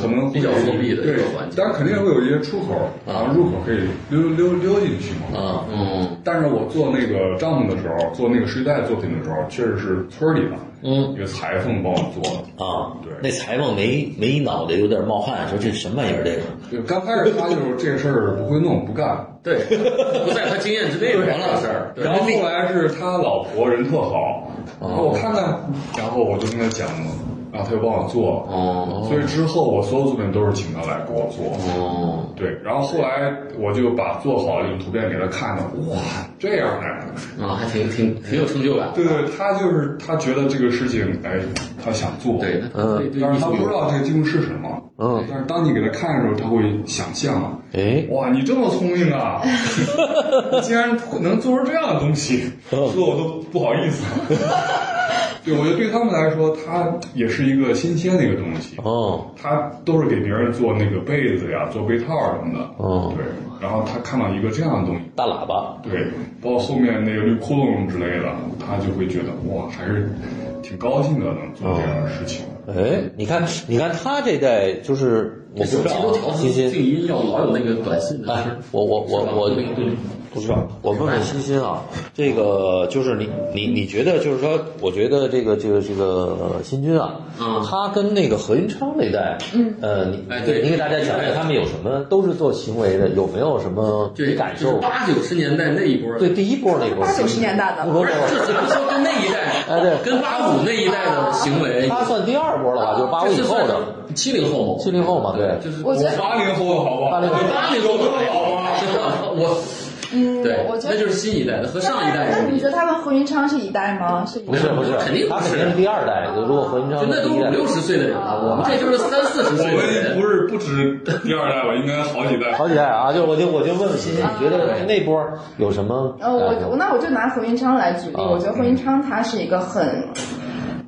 D: 可能会
B: 比较封闭的一
D: 对
B: 个环境，
D: 但是肯定会有一些出口，然后入口可以溜溜溜进去嘛。
E: 啊，
B: 嗯
D: 但是我做那个帐篷的时候，做那个睡袋作品的时候，确实是村里的，
A: 嗯
D: 一个裁缝帮我做的
A: 啊，那
D: 对，
A: 裁缝没没脑袋有点冒汗，说这什么玩意儿这个？
D: 就刚开始他就是这事儿不会弄不干，
B: 对，不在他经验之内完了事儿，对哦
D: 然后后来是他老婆人特好，然后我看看，然后我就跟他讲嘛，然后他就帮我做，
B: 哦
D: 所以之后我所有作品都是请他来给我做，
B: 哦，
D: 对，然后后来我就把做好的这种图片给他看了，哇，这样的，
B: 啊，还挺挺挺有成就感，
D: 对对，他就是他觉得这个事情，哎，他想做，
B: 对，那他对对
D: 但
B: 艺
D: 是他
B: 术
D: 不知
B: 有，
D: 道这个技术是什么，
A: 嗯，
D: 但是当你给他看的时候，他会想象，
A: 哎，
D: 哇，你这么聪明 啊！你竟然能做出这样的 东西，
A: 嗯
D: 做我都不好意思。对，我觉得对他们来说，它也是一个新鲜的一个东西。
A: 哦，
D: 他都是给别人做那个被子呀，做被套什么的。
A: 哦
D: 对。然后他看到一个这样的东西，
A: 大喇叭，
D: 对，包括后面那个绿窟窿之类的，他就会觉得哇，还是挺高兴的，能做这样的事情。
A: 哎，你看，你看他这代就是我不知
B: 手机
A: 道
B: 都调
A: 啊，欣
B: 成静
A: 欣，
B: 音要老有那个短信的
A: 哎
B: 声儿，
A: 我我我
B: 是吧
A: 我
B: 对对
A: 不知道，我问问欣欣啊，这个就是你你你觉得就是说，我觉得这个这个这个新军啊，
B: 嗯
A: 他跟那个何云昌那代，嗯，呃，你
B: 哎对
A: 你给大家讲讲他们有什么，都是做行为的，有没有什么
B: 对，
A: 感
B: 就是
A: 受？
B: 八九十年代那一波，
A: 对，第一波那波，
C: 八九十年代的
A: 不不
B: 不
A: 不
B: 是，这只能说跟那一代，
A: 哎对
B: 跟八五那一代的行为，
A: 他算第二波了
B: 啊
A: 吧？就是八五以后的，
B: 七零后嘛，
A: 七零后嘛，对，
B: 就是
C: 我觉得
D: 八零后的好不好？
A: 八零后
B: 八零后都好吗？ 我
C: 嗯，
B: 对，
C: 我觉
B: 那
C: 得
B: 就是新一代的和上一代
C: 那
B: 不
C: 你
B: 一
C: 觉得
B: 样，
C: 他跟何云昌是一代吗？是一代
A: 不是
C: 吗
A: 不是，
B: 肯定不
A: 他肯
B: 是
A: 定是第二代。就如果何云昌
B: 就那
A: 是
B: 都
A: 第一
B: 五
A: 代，
B: 六十岁的人了，我们这就是三四十
D: 我
B: 岁的
D: 们
B: 人。
D: 不是不止第二代吧，应该好几代。
A: 好几代啊，就我就我就问问欣欣，你觉得那波有什么？
C: 呃呃，我我那我就拿何云昌来举例，
A: 啊
C: 我觉得何云昌他是一个很。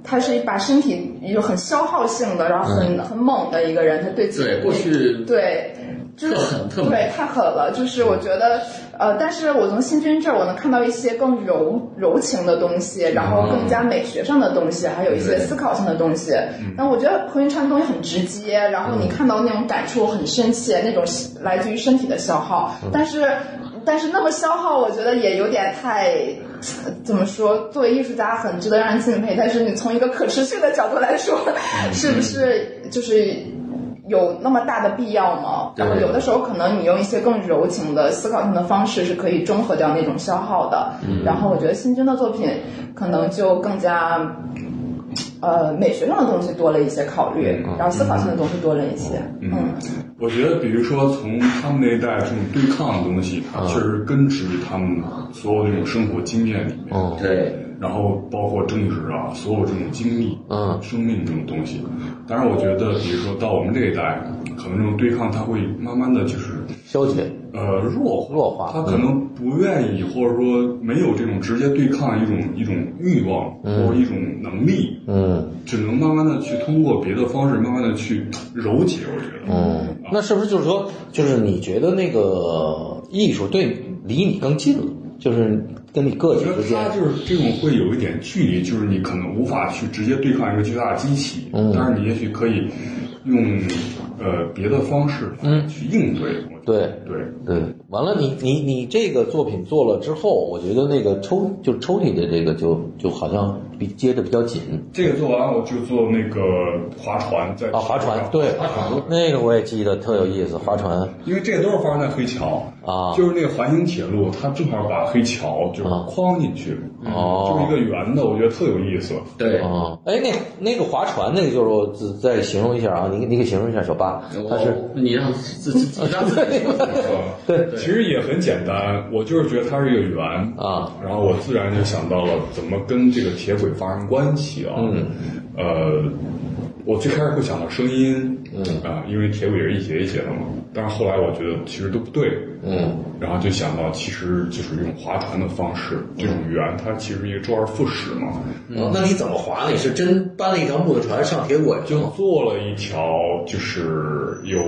C: 他是把身体有很消耗性的，然后很、很猛的一个人，他对自己
B: 对，过去
C: 对，就
B: 嗯
C: 是
B: 特狠特猛
C: 对，太狠了。就是我觉得，呃，但是我从新军这儿我能看到一些更柔柔情的东西，然后更加美学上的东西，还有一些思考性的东西。
B: 嗯
C: 但我觉得何云昌的东西很直接，然后你看到那种感触很深切，那种来自于身体的消耗，
B: 嗯
C: 但是。但是那么消耗，我觉得也有点太，呃怎么说？作为艺术家，很值得让人敬佩。但是你从一个可持续的角度来说，
B: 嗯
C: 是不是就是有那么大的必要吗？然后有的时候可能你用一些更柔情的思考性的方式是可以中和掉那种消耗的。然后我觉得新军的作品可能就更加。呃，美学上的东西多了一些考虑，然后思考性的东西多了一些。嗯，
D: 我觉得，比如说从他们那一代这种对抗的东西，
A: 嗯
D: 它确实根植于他们所有的这种生活经验里面，
A: 嗯
E: 对，
D: 然后包括政治啊，所有这种经历，
A: 嗯
D: 生命这种东西。当然，我觉得，比如说到我们这一代，可能这种对抗它会慢慢的就是
A: 消解，
D: 呃弱化，
A: 弱化
D: 他可能不愿意，或者说没有这种直接对抗一种一种欲望或者一种能力，
A: 嗯
D: 只能慢慢的去通过别的方式，慢慢的去柔解。我觉得，
A: 嗯，那是不是就是说，就是你觉得那个艺术对离你更近了，就是跟你个
D: 我
A: 体
D: 觉得
A: 之
D: 它
A: 间，
D: 就是这种会有一点距离，就是你可能无法去直接对抗一个巨大的机器，
A: 嗯
D: 但是你也许可以用呃别的方式，
A: 嗯
D: 去应对。我觉得
A: 对，
D: 对，
A: 嗯，完了你，你你这个作品做了之后，我觉得那个抽就抽屉的这个就就好像比接的比较紧
D: 这个做完我就做那个划船，在
A: 啊，划船
D: 对。
A: 对，那个我也记得特有意思，划船
D: 因为这个都是发生在黑桥
A: 啊
D: 就是那个环形铁路，它正好把黑桥就是框进去，嗯
A: 哦
D: 就是一个圆的，我觉得特有意思。
B: 对，
A: 啊，哎，那那个划船那个就是我自再形容一下啊，你你给形容一下小八，他是
B: 我你让自己自己让自 己说
D: 对，其实也很简单，我就是觉得它是一个圆
A: 啊，
D: 然后我自然就想到了怎么跟这个铁轨发生关系啊，
A: 嗯，
D: 呃。我最开始会想到声音，嗯啊，因为铁轨是一节一节的嘛，但是后来我觉得其实都不对，
A: 嗯，
D: 然后就想到其实就是用划船的方式，这种圆它其实一个周而复始嘛，
E: 嗯那你怎么划呢？你是真搬了一条木头船上铁轨吗？
D: 就做了一条，就是有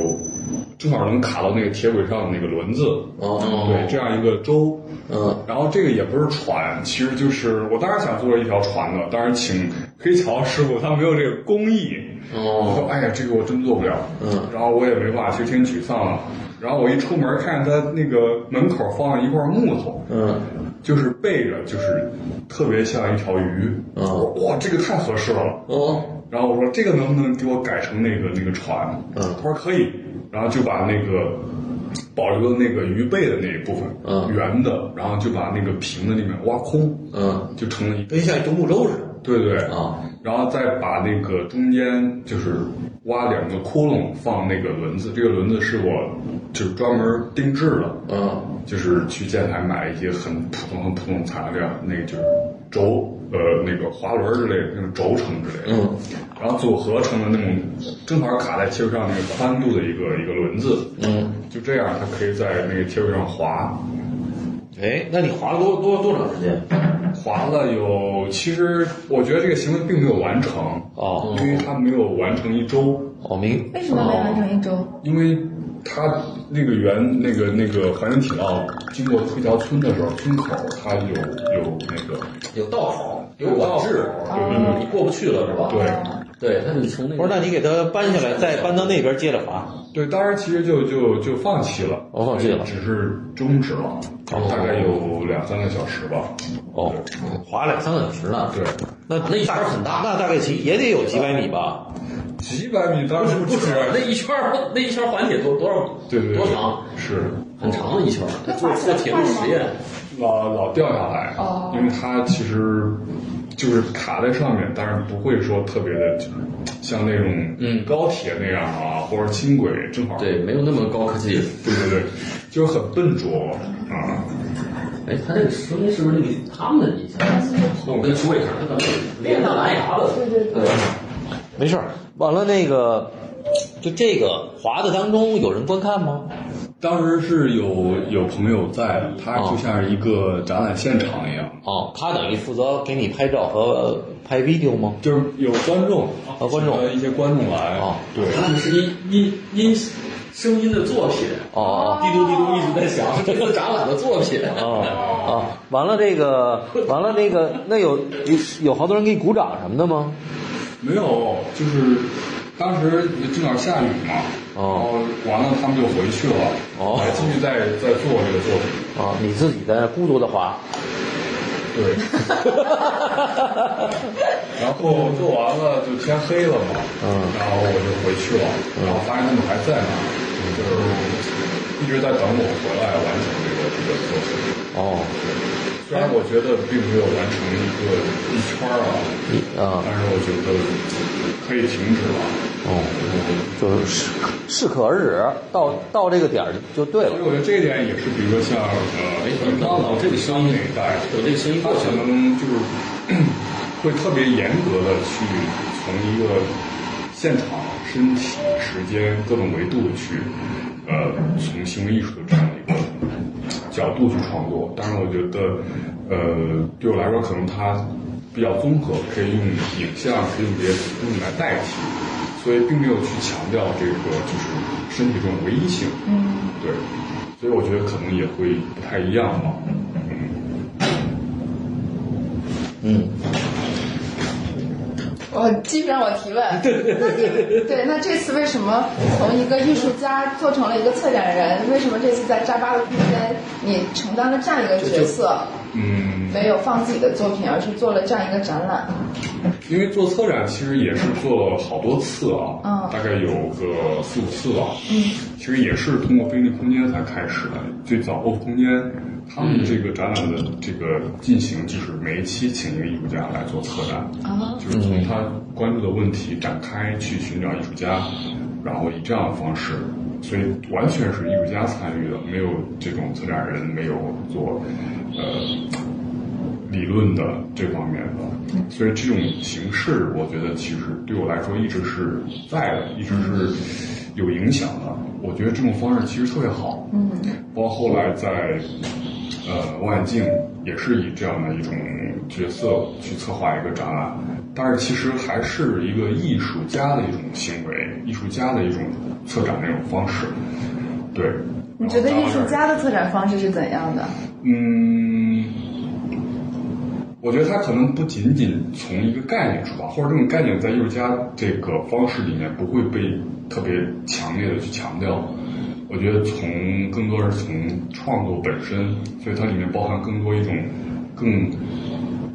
D: 正好能卡到那个铁轨上的那个轮子，
E: 哦
D: 对，这样一个舟，
E: 嗯，
D: 然后这个也不是船，其实就是我当然想做一条船的，但是请黑桥师傅他没有这个工艺，我
E: 哦，
D: 说哎呀，这个我真做不了，
E: 嗯，
D: 然后我也没办法，就挺沮丧了。然后我一出门，看见他那个门口放了一块木头，
E: 嗯，
D: 就是背着，就是特别像一条鱼。
E: 嗯
D: 我说哇，这个太合适了。
A: 嗯
E: 哦，
D: 然后我说这个能不能给我改成那个那个船？
E: 嗯
D: 他说可以，然后就把那个保留的那个鱼背的那一部分，
E: 嗯
D: 圆的，然后就把那个平的那边挖空，
E: 嗯，
D: 就成了一个，
E: 跟像一独木舟似的
D: 对对，
E: 啊，
D: 然后再把那个中间就是挖两个窟窿放那个轮子，这个轮子是我就是专门定制的，
E: 嗯，
D: 就是去建材买一些很普通、很普通的材料，那个就是轴，呃，那个滑轮之类的，那种轴承之类的。
E: 嗯。
D: 然后组合成了那种正好卡在铁轨上那个宽度的一个一个轮子。
E: 嗯。
D: 就这样，它可以在那个铁轨上滑，
E: 哎，那你划了
B: 嗯
E: 多多多长时间？
D: 滑了有。其实我觉得这个行为并没有完成，
A: 哦
D: 因为它没有完成一周，
A: 我明
C: 为什么没完成一周？
D: 因为它那个原那个那个环形铁道经过黑桥村的时候，村口它有有那个
E: 有道口，有管制，
B: 啊
A: 嗯
D: 有
E: 你过不去了是吧？
D: 对。
C: 哦
B: 对，那你从那
A: 不是，
B: 个
A: 那你给它搬下来，再搬到那边接着划。
D: 对，当时其实就就就放弃了，
A: 哦放弃了
D: 只是终止了，大概有两三个小时吧。
A: 哦，划两三个小时呢。
D: 对，
A: 那
E: 那一圈儿很大
A: 那大概其也得有几百米吧？
D: 几百米
B: 不
D: 当然
B: 是不
D: 止啊
B: 止，那一圈儿 那一圈儿环铁多多少
D: 对对对，
B: 多长？
D: 是
B: 很长的一圈儿，
C: 那
B: 做
C: 划
B: 做
C: 船
B: 铁路实验，
D: 老老掉下来，
C: 哦
D: 因为它其实就是卡在上面，但是不会说特别的，就是像那种
B: 嗯
D: 高铁那样啊，或者轻轨正好
B: 对，没有那么高科技。
D: 对对对，就是很笨拙啊。
B: 哎，他这个声音是不是那个他们的以前？我跟朱伟看，他咱们连上蓝牙的，
C: 对对对。
A: 没事儿。完了那个，就这个划的当中有人观看吗？
D: 当时是有有朋友在，他就像一个展览现场一样，
A: 哦，他等于负责给你拍照和拍 video 吗？
D: 就是有观众
A: 啊观众
D: 请了一些观众啊来，
A: 哦
D: 对，
B: 他们是音音音声音的作品，
A: 哦
B: 滴嘟滴嘟一直在响，这个展览的作品。
A: 哦哦哦，完了这个，完了那个，那有有有好多人给你鼓掌什么的吗？
D: 没有，就是当时正好下雨嘛，
A: 哦
D: 然后完了他们就回去了，
A: 哦
D: 还继续在在做这个作品，
A: 啊，你自己在那孤独的滑，
D: 对，然后做完了就天黑了嘛，
A: 嗯
D: 然后我就回去了，然后发现他们还在那儿，就是一直在等我回来完成这个这个作品。
A: 哦，
D: 虽然我觉得并没有完成一个一圈儿啊，
A: 你啊
D: 但，是我觉得可以停止了。
A: 哦，就是适适可而止，到到这个点儿就对
D: 所以
A: 了。
D: 我觉得这一点也是，比如说像呃，
B: 你刚老哎这个声音
D: 那一代，
B: 我这个声音
D: 他
B: 过去
D: 可
B: 了，
D: 能就是 会特别严格的去从一个现场、身体、时间各种维度去，呃，从行为艺术的这样一个角度去创作。当然，我觉得，呃，对我来说，可能它比较综合，可以用影像，可以用别的东西来代替，所以并没有去强调这个就是身体这种唯一性。嗯，对，所以我觉得可能也会不太一样吧。
A: 嗯，
C: 我基哦本让我提问， 对对，那这次为什么从一个艺术家做成了一个策展人？为什么这次在扎巴的空间你承担了这样一个角色，
D: 嗯，
C: 没有放自己的作品，而是做了这样一个展览？
D: 因为做策展其实也是做了好多次啊，
C: 嗯
D: 大概有个四五次吧。嗯，其实也是通过非盈利空间才开始的。最早 O 空间他们这个展览的这个进行，就是每一期请一个艺术家来做策展，
C: 啊
D: 就是从他关注的问题展开去寻找艺术家，然后以这样的方式。所以完全是艺术家参与的，没有这种策展人，没有做呃理论的这方面的，所以这种形式，我觉得其实对我来说一直是在的，一直是有影响的。我觉得这种方式其实特别好，嗯，包括后来在呃望远镜也是以这样的一种角色去策划一个展览，但是其实还是一个艺术家的一种行为，艺术家的一种策展的一种方式，对。
C: 你觉得
D: 然后
C: 艺术
D: 当然
C: 家的策展方式是怎样的？
D: 嗯，我觉得它可能不仅仅从一个概念出发，或者这种概念在艺术家这个方式里面不会被特别强烈的去强调。我觉得从更多是从创作本身，所以它里面包含更多一种更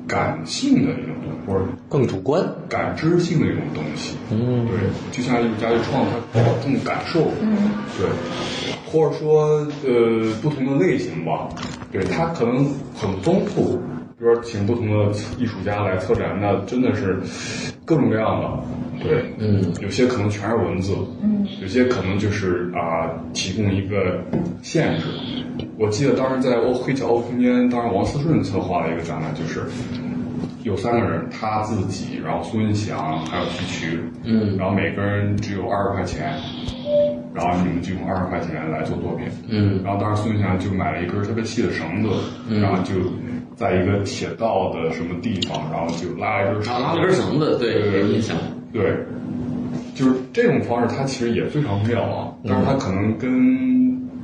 D: 感性的一种东西，或者
A: 更主观。
D: 感知性的一种东西。
A: 嗯
D: 对，就像艺术家去创作，他保重感受。嗯，对，或者说呃不同的类型吧，对，它可能很丰富。比如说请不同的艺术家来策展，那真的是各种各样的。对，
A: 嗯，
D: 有些可能全是文字，嗯，有些可能就是啊、提供一个限制。我记得当时在欧黑桥欧空间，当时王思顺策划了一个展览，就是有三个人，他自己，然后苏文祥，还有徐渠，嗯，然后每个人只有二十块钱，然后你们就用二十块钱来做作品，嗯，然后当时苏文祥就买了一根特别细的绳子，
B: 嗯
D: 然后就在一个铁道的什么地方，然后就拉了一根绳，
B: 拉了根绳子，对，有印象。
D: 对，就是这种方式，它其实也非常妙啊，但是它可能跟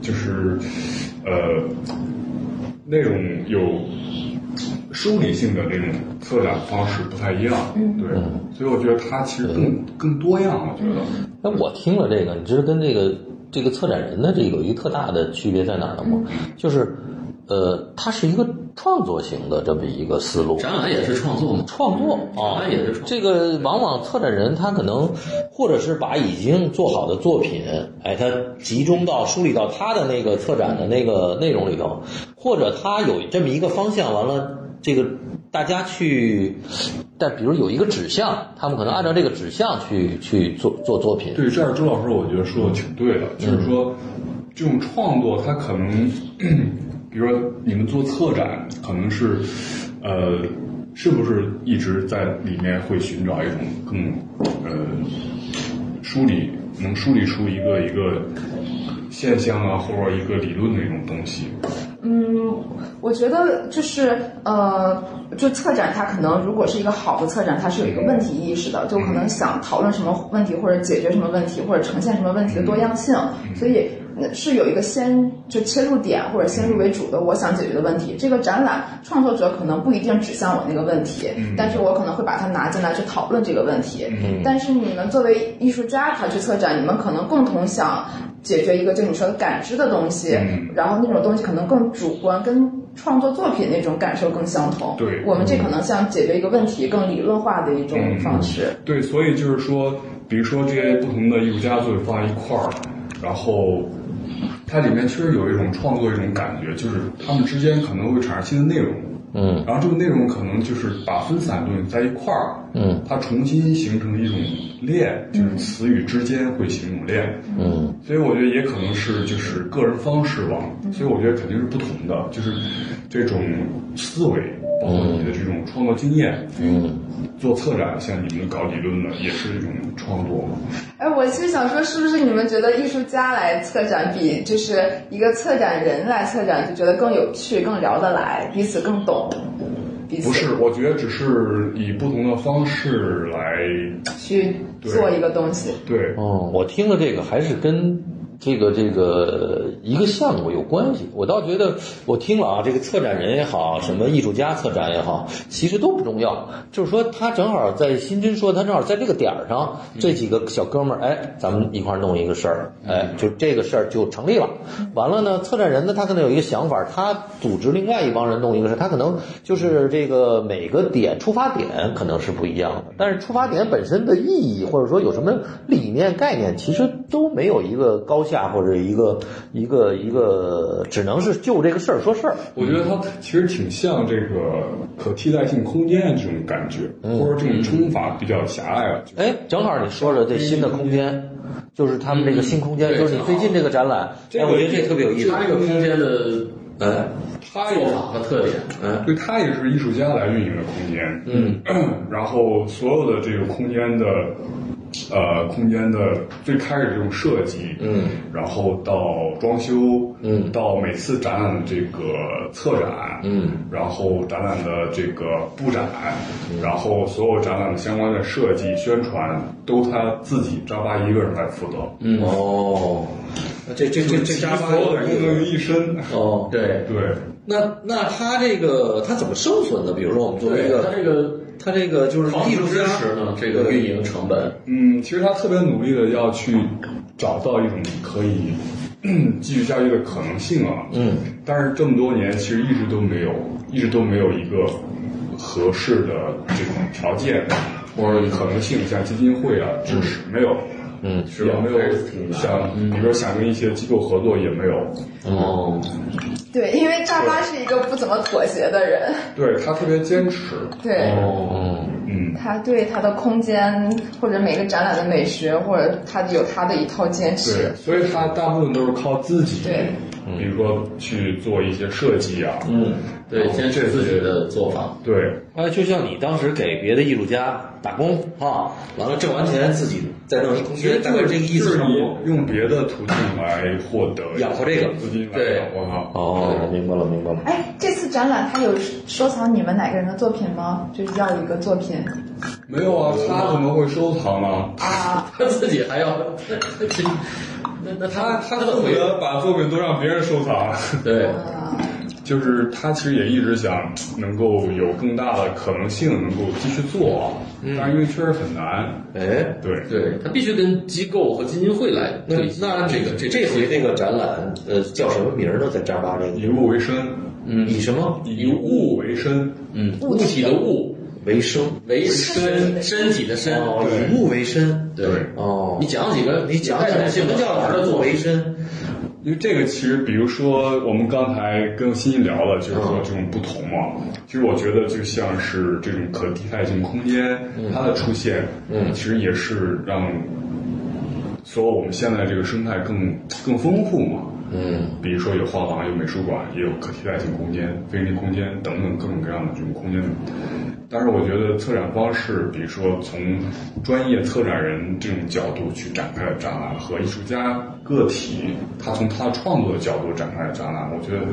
D: 就是呃那种有梳理性的那种策展方式不太一样，对，所以我觉得它其实更更多样，我觉得。
A: 哎，我听了这个，你知道跟这个这个策展人的这个有一个特大的区别在哪儿了吗？就是，呃，它是一个创作型的这么一个思路。
B: 展览也是创作嘛，
A: 创作
B: 展
A: 啊
B: 览，也是创作。
A: 这个往往策展人他可能，或者是把已经做好的作品，哎，他集中到梳理到他的那个策展的那个内容里头，或者他有这么一个方向，完了这个大家去，但比如有一个指向，他们可能按照这个指向去去做做作品。
D: 对，这儿周老师我觉得说的挺对的，就是说这种创作，它可能，比如说你们做策展，可能是，呃，是不是一直在里面会寻找一种更呃梳理能梳理出一个一个现象啊，或者一个理论的一种东西。
C: 嗯，我觉得就是呃，就策展它可能如果是一个好的策展，它是有一个问题意识的，就可能想讨论什么问题，或者解决什么问题，或者呈现什么问题的多样性，所以呃是有一个先就切入点或者先入为主的我想解决的问题。这个展览创作者可能不一定指向我那个问题，但是我可能会把它拿进来去讨论这个问题。但是你们作为艺术家，他去策展，你们可能共同想。解决一个就你说的感知的东西，
D: 嗯
C: 然后那种东西可能更主观，跟创作作品那种感受更相同。
D: 对
C: 我们这可能像解决一个问题更理论化的一种方式。
D: 对，所以就是说，比如说这些不同的艺术家作品放在一块儿，然后它里面确实有一种创作一种感觉，就是他们之间可能会产生新的内容。
A: 嗯
D: 然后这个内容可能就是把分散的东西在一块儿，
A: 嗯，
D: 它重新形成一种链，就是词语之间会形成一种链，
A: 嗯
D: 所以我觉得也可能是就是个人方式吧，所以我觉得肯定是不同的，就是这种思维，包括你的这种创作经验，
A: 嗯，
D: 做策展，像你们搞理论的也是一种创作嘛，
C: 哎，我其实想说，是不是你们觉得艺术家来策展比就是一个策展人来策展，就觉得更有趣、更聊得来，彼此更懂彼此
D: 不是，我觉得只是以不同的方式来
C: 去做一个东西？
D: 对，
A: 哦，我听了这个还是跟这个这个一个项目有关系。我倒觉得我听了啊，这个策展人也好，什么艺术家策展也好，其实都不重要。就是说，他正好在新军说他正好在这个点儿上，这几个小哥们儿，哎，咱们一块儿弄一个事儿，哎，就这个事儿就成立了。完了呢，策展人呢，他可能有一个想法，他组织另外一帮人弄一个事儿，他可能就是这个每个点出发点可能是不一样的，但是出发点本身的意义或者说有什么理念概念，其实都没有一个高下或者一个一个一个，只能是就这个事儿说事儿。
D: 我觉得它其实挺像这个可替代性空间这种感觉，或者这种称法比较狭隘了。就
A: 哎，正好你说说这新的空间，就是他们这个新空间，
B: 嗯
A: 就是你最近这个展览，
D: 这
A: 哎，
D: 个
A: 我觉得这特别有意思
B: 它。这个空间的呃
D: 它也
B: 做法和特点，嗯，
D: 对，它也是艺术家来运营的空间，嗯， 然后所有的这个空间的，呃，空间的最开始这种设计，嗯，然后到装修，嗯，到每次展览的这个策展，嗯，然后展览的这个布展，然后所有展览的相关的设计、宣传，都他自己扎巴一个人来负责，嗯，
E: 哦，那这这这这
D: 集
E: 扎巴
D: 所有的功
E: 有
D: 能于
E: 点
D: 一身，
E: 哦。
B: 对
D: 对，
E: 那那他这个他怎么生存呢？比如说我们作为一
B: 对，它
E: 个
B: 这个
E: 他这个就是
B: 靠
E: 艺
B: 支
E: 术家
B: 持呢，这个运营成本，
D: 嗯，其实他特别努力的要去找到一种可以 继续下去的可能性啊。嗯，但是这么多年其实一直都没有，一直都没有一个合适的这种条件或者可能性，像基金会啊支持没有。
A: 嗯
D: 是吧？没有
B: 还是挺难
D: 想，比如说想跟一些机构合作也没有。
B: 哦，
C: 对，因为扎巴是一个不怎么妥协的人，
D: 对他特别坚持，
C: 对。
B: 哦，
D: 嗯，
C: 他对他的空间或者每个展览的美学，或者他有他的一套坚持
D: 对，。所以他大部分都是靠自己
C: 对，
D: 比如说去做一些设计啊，
B: 嗯，对，坚持自己的做法，
D: 对，
A: 哎，就像你当时给别的艺术家打工啊，
E: 完了挣完钱自己再弄一空
D: 其实
E: 间，大概这个意思差不多。
D: 用别的途径来获 得
E: 养活这个
D: 资金来啊
B: 对
D: 养活它。
A: 哦，明白了，明白了。
C: 哎，这次展览他有收藏你们哪个人的作品吗？就是要一个作品
D: 没有啊，他怎么会收藏呢？
C: 啊，
B: 他自己还要， 那那他他的
D: 恨不
B: 回
D: 得把作品都让别人收藏，
B: 对，
C: 啊
D: 就是他其实也一直想能够有更大的可能性，能够继续做，啊
E: 嗯
D: 但是因为确实很难。
E: 哎，
D: 对，
B: 对他必须跟机构和基金会来
E: 那
B: 对接
E: 那
B: 这个这
E: 这回这个展览呃叫什么名儿呢？在扎巴这
D: 以
E: 个
D: 物为生，
E: 嗯以什么
D: 以物为生，
B: 嗯物体的物
E: 为生？
B: 为身身体的身，
E: 哦，
D: 对
E: 以物为生。
B: 对，
E: 哦
B: 你，讲几个
E: 你讲讲什
B: 性
E: 么
B: 的
E: 叫
B: 玩的
E: 以物
B: 作
E: 为
B: 为
E: 生？
D: 因为这个其实，比如说我们刚才跟欣欣聊了，就是说这种不同嘛。其实我觉得就像是这种可替代性空间，它的出现，嗯，其实也是让所有我们现在这个生态更更丰富嘛。
A: 嗯，
D: 比如说有画廊、有美术馆、也有可替代性空间、非人力空间等等各种各样的这种空间。但是我觉得策展方式，比如说从专业策展人这种角度去展开的展览，和艺术家个体他从他创作的角度展开的展览，我觉得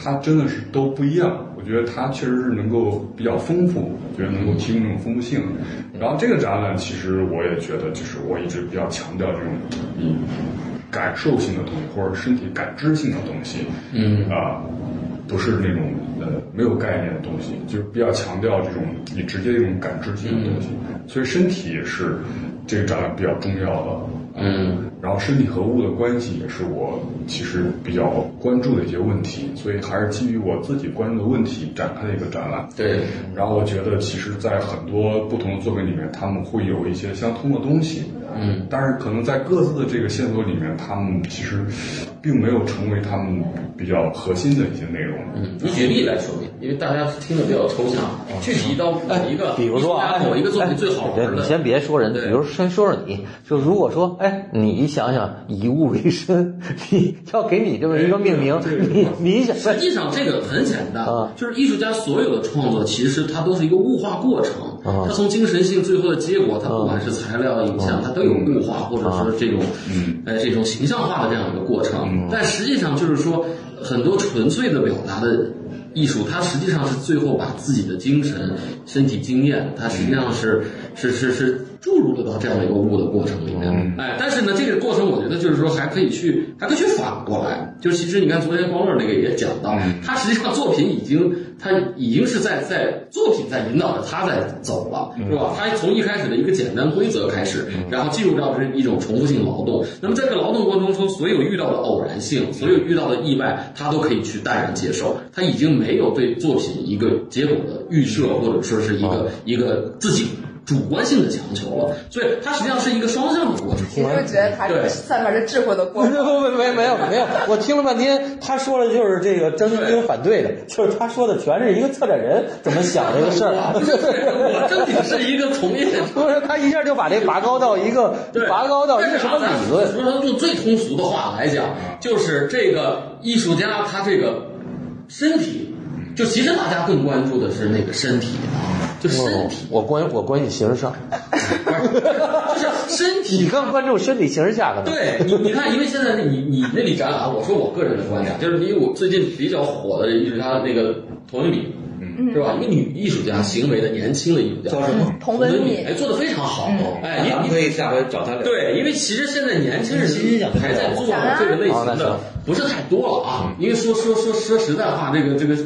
D: 他真的是都不一样。我觉得它确实是能够比较丰富，觉得能够提供这种丰富性。然后这个展览，其实我也觉得，就是我一直比较强调这种以感受性的东西或者身体感知性的东西，嗯啊、不是那种呃没有概念的东西，就是比较强调这种以直接这种感知性的东西。所以身体也是这个展览比较重要的。嗯，然后身体和物的关系也是我其实比较关注的一些问题，所以还是基于我自己关注的问题展开的一个展览。
B: 对，
D: 然后我觉得，其实，在很多不同的作品里面，他们会有一些相通的东西，嗯，但是可能在各自的这个线索里面，他们其实并没有成为他们比较核心的一些内容，嗯，
B: 你举例来说明，因为大家听的比较抽象，具体到某一个，
A: 比如说
B: 大
A: 哎
B: 家，某一个作品最好
A: 哎
B: 玩
A: 你
B: 的，
A: 先别说人，
B: 对
A: 比如先说说你，就如果说，哎，你想想以物为身，你要给你这么一个命名，你你想，
B: 实际上这个很简单
A: 啊，
B: 就是艺术家所有的创作，其实它都是一个物化过程。
A: 啊啊
B: 它从精神性最后的结果，它不管是材料、啊影像，它都有
A: 嗯
B: 物化，或者说这种，呃，这种形象化的这样一个过
A: 嗯
B: 程。但实际上就是说，很多纯粹的表达的艺术，它实际上是最后把自己的精神、身体经验，它实际上是是是是注入到这样的一个物的过程里面。哎，但是呢，这个过程我觉得就是说还可以去，还可以去反过来。就是其实你看昨天光乐那个也讲到，他实际上作品已经他已经是在在作品在引导着他在走了，是吧？他从一开始的一个简单规则开始，然后进入到这一种重复性劳动。那么在这个劳动过程中，所有遇到的偶然性，所有遇到的意外，他都可以去淡然接受。他已经没有对作品一个结果的预设，或者说是一个一个自己主观性的强求了。所以它实际上是一个双向的过程。
C: 其实就觉得他
B: 对
C: 散发着智慧的光
A: 没。没没没有没有，我听了半天，他说的就是这个争跟反对的，就是他说的全是一个策展人怎么想这个事儿，
B: 我正经是一个从业者。
A: 不是他一下就把这拔高到一个
B: 对，
A: 拔高到一个什么理论？
B: 说说用最通俗的话来讲，就是这个艺术家他这个身体，就其实大家更关注的是那个身体，啊就身体，
A: 我关我关你形上，
B: 就是身体
A: 你更关注身体形下可能。
B: 对你，你看，因为现在你你那里展览，啊我说我个人的观点，就是因为我最近比较火的艺术家那个佟文敏，嗯，是吧？一个女艺术家，行为的年轻的艺术家，
E: 叫什么
C: 佟嗯文敏
B: 哎，做的非常好，哎，
E: 咱
B: 你
E: 们
B: 你
E: 可以下回找他聊。
B: 对，因为其实现在年轻人还在做这个类型的不是太多了啊。因为说说说说实在话，这个这个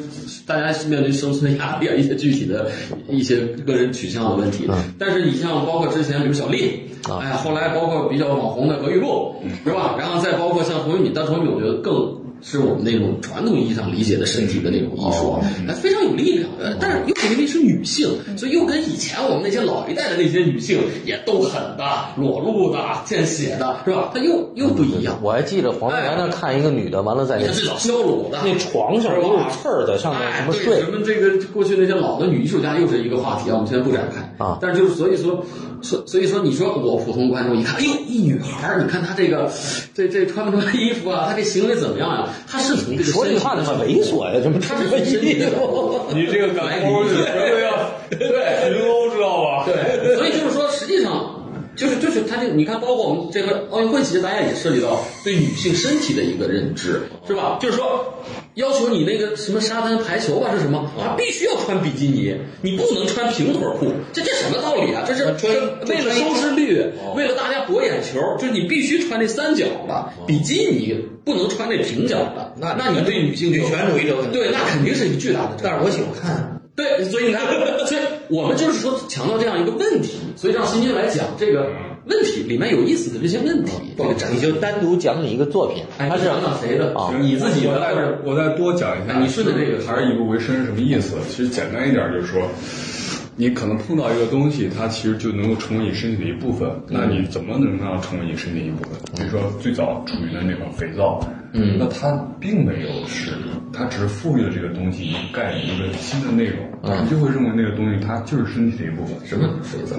B: 大家面临生存压力啊，一些具体的一些个人取向的问题。但是你像包括之前比如小丽。哎，后来包括比较网红的何玉露，是吧？然后再包括像洪文敏，但洪文敏我觉得更是我们那种传统意义上理解的身体的那种艺术，哎，非常有力量。呃但是又因为是女性，所以又跟以前我们那些老一代的那些女性也斗狠的、裸露的、见血的，是吧？它又又不一样。
A: 我还记得黄志源那看一个女的，完了在
B: 你
A: 那
B: 看最早肖鲁的
A: 哎那床上都是刺儿在上面
B: 哎，
A: 什么
B: 对
A: 睡
B: 什么这个过去那些老的女艺术家又是一个话题啊，我们现在不展开
A: 啊
B: 但是就是所以说，所所以说，你说我普通观众一看，哎呦，一女孩儿，你看她这个，这这穿不穿衣服啊，她这行为怎么样啊？她是从这个
A: 说
B: 身
A: 你
B: 体
A: 看
B: 的
A: 他猥琐呀，什么
B: 她
A: 穿
B: 是
A: 么
B: 从身体哎
A: 衣
B: 的
A: 服？
D: 你这个
B: 来
D: 感
B: 理
D: 官
B: 解
D: 是绝对要
B: 对
D: 群殴，知道吧？
B: 对， 所以就是说，实际上就是就是他这，你看，包括我们这回奥运会，其实大家也涉及到对女性身体的一个认知，是吧？就是说。要求你那个什么沙滩排球吧啊是什么？他必须要穿比基尼，你不能穿平腿裤，这这什么道理啊？这是
E: 穿
B: 这为了收视率，为了大家博眼球，就是你必须穿那三角的比基尼，不能穿那平角的。
E: 哦那
B: 那你对女性
E: 对
B: 有
E: 全主义者很
B: 对，那肯定是一个巨大的障碍。
E: 但是我喜欢看，
B: 对，所以你看，所以我们就是说强调这样一个问题，所以让新军来讲这个问题里面有意思的这些问题，这个展
A: 你就单独讲你一个作品，
B: 哎，
A: 他是
B: 讲讲谁的
A: 啊？
B: 你自己
D: 我
B: 的，
D: 再
B: 或者
D: 我再多讲一下，
B: 哎你顺着这个
D: 还是以物为身是什么意思？其实简单一点就是说，你可能碰到一个东西，它其实就能够成为你身体的一部分。那你怎么能让它成为你身体的一部分？比如说最早处于的那种肥皂，嗯，那它并没有是，它只是赋予了这个东西一个概念、一个新的内容，你就会认为那个东西它就是身体的一部分。
B: 嗯什么肥皂？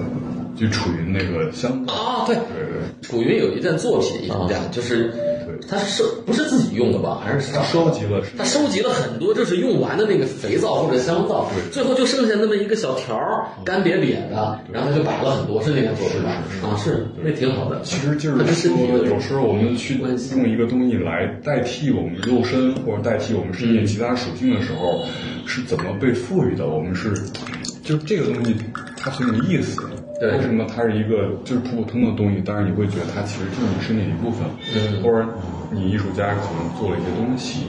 D: 就处于那个香皂。
B: 啊，对，
D: 对对啊
B: 楚云有一件作品，这样就是是他是不是自己用的吧？还是
D: 他收集了，
B: 他收集了很多就是用完的那个肥皂或者香皂，最后就剩下那么一个小条
D: 啊
B: 儿干瘪瘪的，然后他就摆了很多，是那样做的吧？啊，是那挺好的。
D: 其实就
B: 那
D: 是
B: 跟身体
D: 说，
B: 有
D: 有时候我们去用一个东西来代替我们肉身或者代替我们身体其他属性的时候，是怎么被赋予的？我们是，就是这个东西它很有意思。
B: 对
D: 为什么它是一个就是普普通通的东西？但是你会觉得它其实就是你身体的一部分，
B: 嗯
D: 或者你艺术家可能做了一些东西，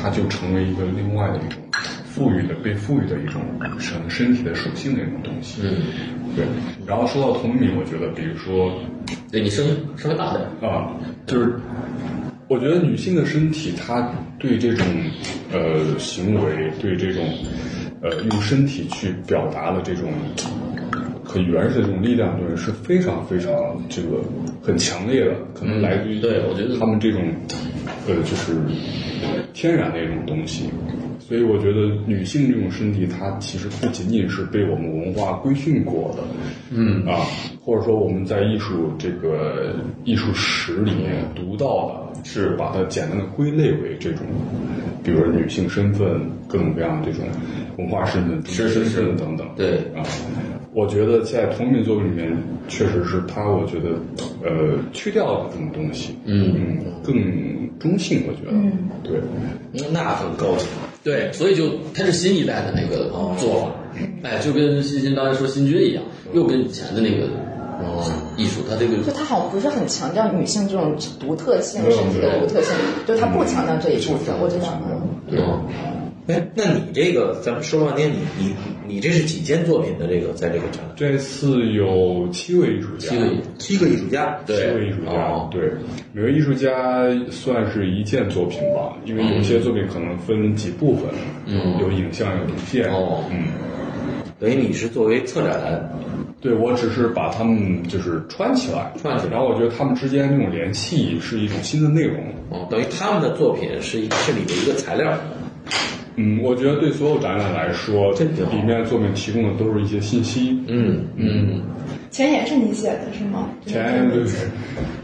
D: 它就成为一个另外的一种赋予的被赋予的一种身身体的属性的一种东西。嗯，对。然后说到同名，我觉得比如说
B: 对你声音稍微大点儿，
D: 啊，就是我觉得女性的身体，她对这种呃行为，对这种呃用身体去表达的这种很原始的这种力量，对，是非常非常这个很强烈的，可能来自于
B: 对我觉得
D: 他们这种呃就是天然的一种东西。所以我觉得女性这种身体，它其实不仅仅是被我们文化规训过的，嗯啊，或者说我们在艺术这个艺术史里面读到的，是把它简单的归类为这种，比如说女性身份各种各样的这种文化身份、是身份等等，
B: 对
D: 啊。我觉得在同名作品里面，确实是它，我觉得，呃，去掉了这种东西，嗯，更中性，我觉得，
C: 嗯
D: 对，
A: 那很高级。
B: 对，所以就它是新一代的那个做法，哎，就跟欣欣刚才说新军一样，又跟以前的那个嗯艺术，它这个
C: 就他好像不是很强调女性这种独特性、身体的独特性，就他不强调这一部分。我知道，嗯，
D: 对，
E: 哎，那你这个，咱们说半天，你你你这是几件作品的这个，在这个展览？
D: 这次有七位艺术家，
B: 七个
E: 七个艺术家，
D: 七
B: 对
D: 位艺术家，
E: 哦
D: 对，每位艺术家算是一件作品吧，因为有些作品可能分几部分，嗯，有影像，有图片，
E: 哦
D: 嗯，
E: 等于你是作为策展，
D: 对我只是把它们就是串起来，
E: 串起来
D: 然后我觉得他们之间那种联系是一种新的内容，
E: 哦，等于他们的作品是一是你的一个材料，
D: 嗯，我觉得对所有展览来说，
E: 这挺好
D: 里面作品提供的都是一些信息，
E: 嗯嗯，
C: 前言是你写的是吗？
D: 前对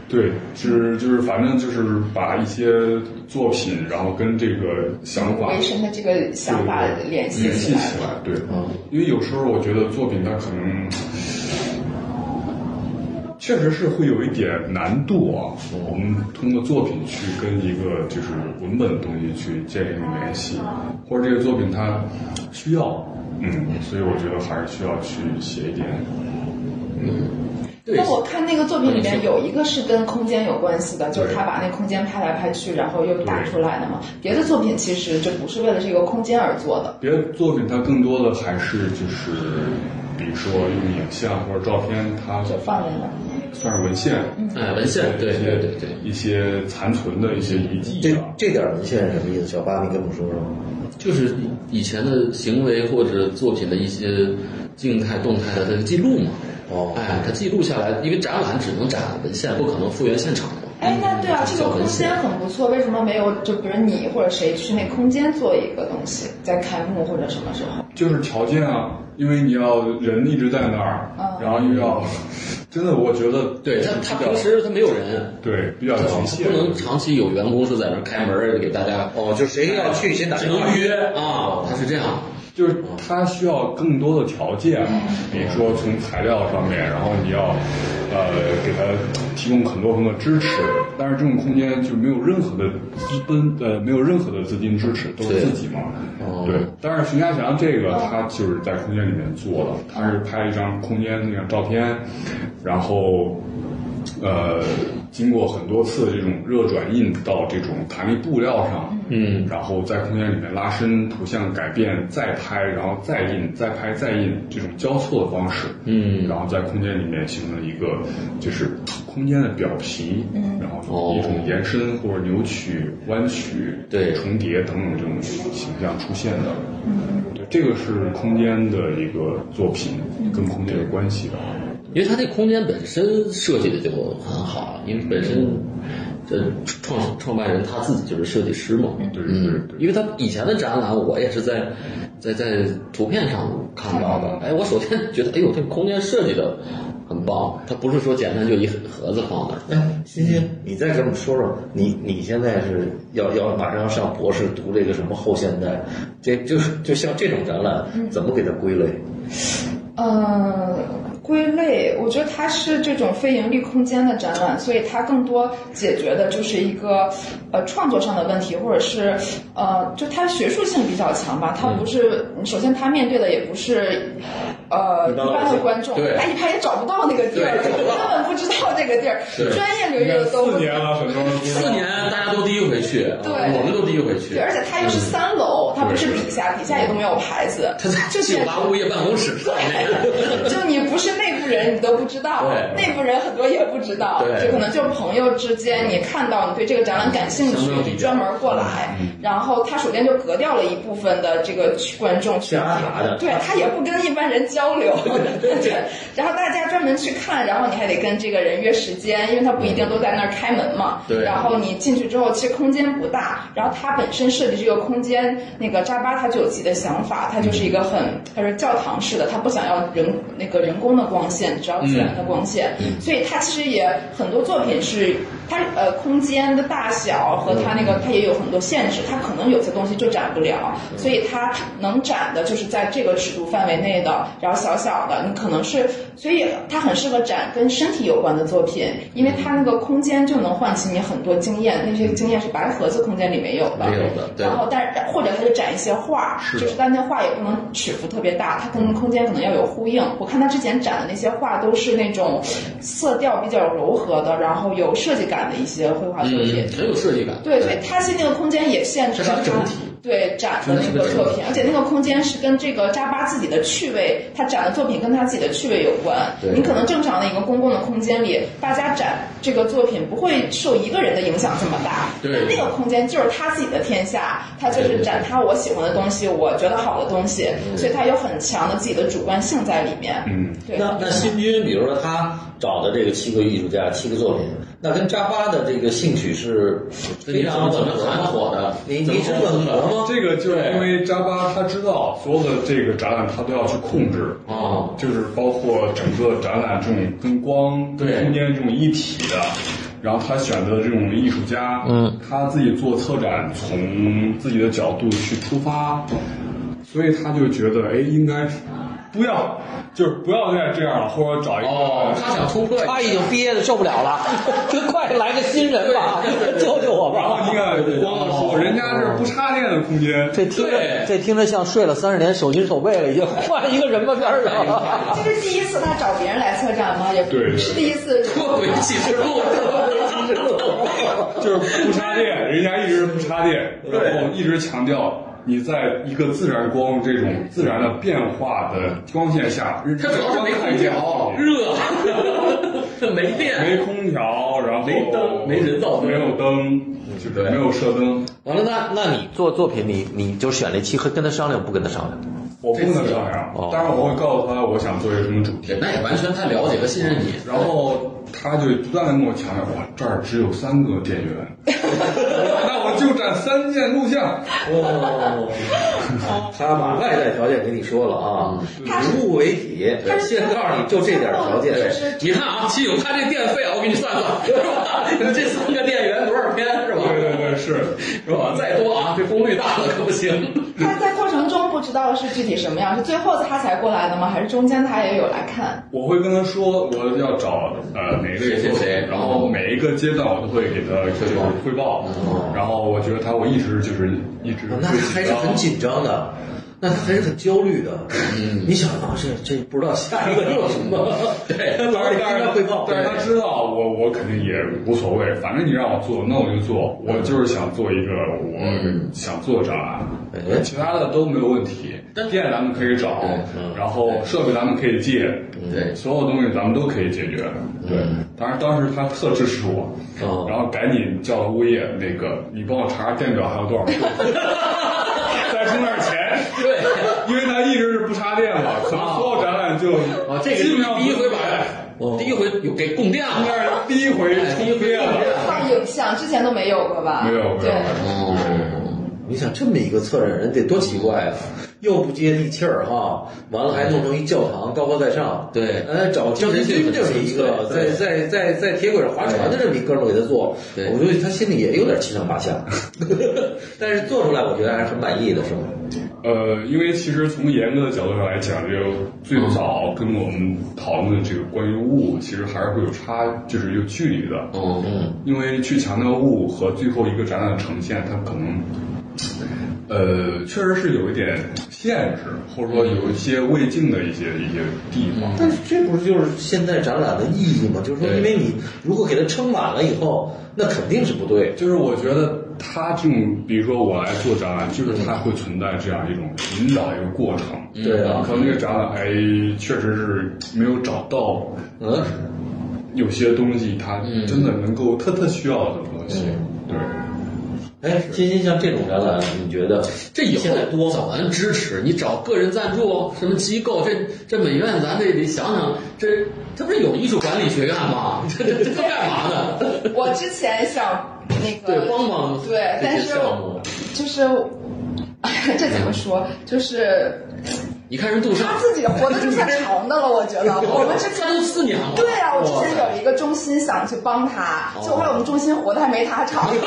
D: 对，就是就是反正就是把一些作品，然后跟这个想法
C: 维生的这个想法联系
D: 联
C: 起
D: 系
C: 来
D: 起
C: 了。
D: 来，对，因为有时候我觉得作品它可能确实是会有一点难度啊。我们通过作品去跟一个就是文本的东西去建立一种联系，或者这个作品它需要，嗯，所以我觉得还是需要去写一点。
B: 对
C: 但我看那个作品里面有一个是跟空间有关系的，就是他把那空间拍来拍去，然后又打出来的嘛。别的作品其实就不是为了这个空间而做的。
D: 别的作品它更多的还是就是，比如说用影像或者照片，它
C: 就放在那嗯儿，
B: 嗯
D: 算是文献，
B: 哎文献，对对对对，
D: 一些残存的一些遗迹
E: 这
D: 啊。
E: 这点文献是什么意思？小八，你跟我们说说。
B: 就是以前的行为或者作品的一些静态、动态的它的记录嘛。
E: 哦
B: 哎，它记录下来，因为展览只能展文献，不可能复原现场嘛。
C: 哎，那对啊，
B: 嗯
C: 这个空间很不错，为什么没有？就比如你或者谁去那空间做一个东西，在开幕或者什么时候？
D: 就是条件啊，因为你要人一直在那儿，
C: 嗯
D: 然后又要， 真的，我觉得
B: 对他，它平时他没有人，
D: 对比较
B: 他
D: 局限
B: 不，能长期有员工说在那儿开门儿给大家，
E: 哦，就谁要去先打
B: 只
E: 电话
B: 能预约啊，他是这样。
D: 就是它需要更多的条件，啊比如说从材料上面，然后你要呃给它提供很多很多支持，但是这种空间就没有任何的资本，呃，没有任何的资金支持，都是自己嘛。对，但是徐家祥这个他就是在空间里面做的，他是拍了一张空间那张照片，然后呃，经过很多次这种热转印到这种弹力布料上，嗯，然后在空间里面拉伸，图像改变，再拍，然后再印，再拍，再印，这种交错的方式，嗯，然后在空间里面形成了一个就是空间的表皮，嗯，然后一种延伸或者扭曲、弯曲、
B: 对
D: 重叠等等这种形象出现的，对，这个是空间的一个作品，跟空间有关系的。啊
C: 嗯
B: 因为它这空间本身设计的就很好，因为本身这
A: 呃创创办人他自己就是设计师嘛，
D: 对对
A: 嗯，
D: 对，
A: 因为他以前的展览我也是在在在图片上看到
C: 嗯
A: 的，哎，我首先觉得哎呦这个空间设计的很棒，它不是说简单就一盒子放那儿，
E: 哎，欣欣，你再给我们说说，你你现在是要要马上要上博士读这个什么后现代，这就是就像这种展览，怎么给它归类？
C: 嗯，归类，我觉得它是这种非盈利空间的展览，所以它更多解决的就是一个呃创作上的问题，或者是呃，就它学术性比较强吧。它不是，呃首先它面对的也不是呃
B: 嗯
E: 一
C: 一
E: 般老
C: 般
E: 百
C: 的
E: 姓
C: 观众，
B: 对
C: 他一拍也找不到那个地儿，
B: 对找不到
C: 根本不知道这个地儿，专业领域的都不
D: 四年了，很多人不知
B: 四
D: 道。
B: 年大家都第一回去，
A: 啊
C: 对
B: 我们都第一回去
C: 对，。而且它又是三楼，它不是底下，底下也都没有牌子，
B: 他在
C: 就
B: 九
C: 显得
B: 八物业办公室上那个，
C: 就你不是内部人，你都不知道
B: 对；
C: 内部人很多也不知道，
B: 对
C: 就可能就朋友之间，你看到你对这个展览感兴趣
B: 相当，理解
C: 你专门过来。
B: 嗯
C: 然后他首先就隔掉了一部分的这个去观众群体
E: 瞎打的，
C: 对他也不跟一般人交流，对。然后大家专门去看，然后你还得跟这个人约时间，因为他不一定都在那儿开门嘛。
B: 对
C: 然后你进去之后，其实空间不大，然后他本身设计这个空间，那个扎巴他就有自己的想法，他就是一个很，他说教堂式的，他不想要人那个人工的光线，只要自然的光线，所以他其实也很多作品是它呃空间的大小和它那个它也有很多限制，它可能有些东西就展不了，
B: 嗯
C: 所以它能展的就是在这个尺度范围内的，然后小小的，你可能是，所以它很适合展跟身体有关的作品，因为它那个空间就能唤起你很多经验，那些经验是白盒子空间里没有的，
B: 没有的对
C: 然后但或者它就展一些画，
D: 是的
C: 就是但那画也不能尺幅特别大，它跟空间可能要有呼应。我看他之前展的那些画都是那种色调比较柔和的，然后有设计感的一些绘画作品。
B: 嗯，很有设计感。
C: 对，所以它是那个空间也限制了
B: 它是个
C: 它
B: 整体
C: 对展的那个作品，而且那个空间是跟这个扎巴自己的趣味，他展的作品跟他自己的趣味有关。你可能正常的一个公共的空间里，大家展这个作品不会受一个人的影响这么大，
B: 对
C: 但那个空间就是他自己的天下，他就是展他我喜欢的东西，我觉得好的东西，所以他有很强的自己的主观性在里面。
D: 嗯，
C: 对，
E: 那那新军，比如说他找的这个七个艺术家、七个作品，那跟扎巴的这个兴趣是
B: 那你
E: 非
B: 怎
E: 常
B: 么怎么
E: 吻合
B: 很
E: 吗
B: 火的？
E: 你
B: 怎么
E: 你是
B: 很
E: 吻合吗？
D: 这个就是因为扎巴他知道所有的这个展览他都要去控制，
B: 哦，
D: 就是包括整个展览这种跟光、跟
B: 对
D: 空间这种一体的。然后他选择这种艺术家，
A: 嗯，
D: 他自己做策展，从自己的角度去出发，所以他就觉得，哎，应该不要，就是不要再这样了，或者找一个、
B: 哦，他想突破一下，
A: 他已经憋得受不了了，就快来个新人吧，救救我
D: 然后
A: 吧！
D: 你看，光说人家是不插电的空间，
A: 这听着
B: 对
A: 这听着像睡了三十年手心手背了，已经换一个人吧边儿上了。
C: 这是第一次他找别人来策展吗？也不
D: 对
C: 是第一次。
B: 脱轨启示录，
D: 就是不插电，人家一直不插电，然后一直强调你在一个自然光这种自然的变化的光线下，
B: 他主要是没空调， 热，没电。
D: 嗯没空调，然后
B: 没灯没人造灯
D: 没有灯，就是没有射灯，
A: 完了，那那你做作品，你你就选那七和跟他商量，不跟他商量？
D: 我不能这样
A: 哦。
D: 当然我会告诉他我想做一个什么主题，
B: 那也完全他了解和信任你，
D: 然后他就不断的跟我强调，哇，这儿只有三个电源， 那我就展三件录像。
E: 哦，他把外在条件给你说了啊，
C: 他是
E: 以物为体，
C: 他是
E: 先告诉你就这点条件，
C: 就是
B: 你看啊，七友他这电费啊，我给你算算，是吧？你这三个电源多少天是吧？
D: 对对对，是。
B: 是吧？再多啊，这功率大了可不行。
C: 他在过程中不知道是具体什么样，是最后他才过来的吗？还是中间他也有来看？
D: 我会跟他说我要找呃哪类
B: 谁谁谁
D: 然后每一个阶段我都会给他就是汇报，然后我觉得他我一直就是一直
E: 嗯哦那他还是很紧张的，那他还是很焦虑的。嗯，你想啊，这这不知道下一个有什么，对，他
D: 但
E: 老得
D: 是
E: 跟他汇报，
D: 但是他知道我我肯定也无所谓，反正你让我做，那我就做，我就是想做一个我想做的展
E: 哎
D: 览，其他的都没有问题。店咱们可以找，
E: 嗯
D: 然后设备咱们可以借，
B: 对
D: 所有东西咱们都可以解决。
E: 嗯
D: 对，当然当时他特支持我，
E: 哦
D: 然后赶紧叫了物业那个，你帮我查查电表还有多 少度，再充点钱。
B: 对，
D: 因为他一直是不插电嘛，可能所有展览就
B: 啊啊，这个
D: 基本上
B: 第一回
D: 不
B: 把，第一回有给供电
D: 应
B: 了，
D: 该是是第一回出面了，
C: 放影像之前都没有过
B: 哎
C: 吧？
D: 没有没
C: 对
D: 有，
E: 哦，你想这么一个策展人得多奇怪啊！又不接地气儿哈，完了还弄成一教堂高高在上。
B: 对
E: 呃，找江一军这么一个在
B: 对
E: 在在在铁轨上划船的这么一哥们儿给他做，
B: 对
E: 我觉得他心里也有点七上八下， 但是做出来我觉得还是很满意的，是吗？
D: 呃，因为其实从严格的角度上来讲，就最早跟我们讨论这个关于物，其实还是会有差，就是有距离的。
B: 嗯嗯
D: 因为去强调物和最后一个展览的呈现，它可能，呃，确实是有一点限制，或者说有一些未尽的一些一些地方。
E: 但是这不是就是现在展览的意义吗？就是说，因为你如果给它撑满了以后，那肯定是不对。
D: 就是我觉得它这种，比如说我来做展览，就是它会存在这样一种引导一个过程。
E: 对啊，
D: 可能这个展览还确实是没有找到
E: 嗯，
D: 有些东西，它真的能够特特需要的东西。
E: 嗯
D: 对，
E: 哎，欣欣像这种展览，你觉得
B: 这以后
E: 现在多吗
B: 早晚支持你找个人赞助，什么机构，这这美院咱这得想想，这这不是有艺术管理学院吗？ 这这这干嘛呢？
C: 我之前想那个
B: 对，帮帮
C: 对，
B: 这
C: 但
B: 些
C: 是
B: 项目。
C: 就是。 这怎么说？就是
B: 你看人杜尚
C: 他，自己活的就算长的了，我觉 得。我们之前
B: 他都四年了。
C: 对啊，我之前
B: 哇哦
C: 有一个中心想去帮他，就后来我们中心活的还没他 长。就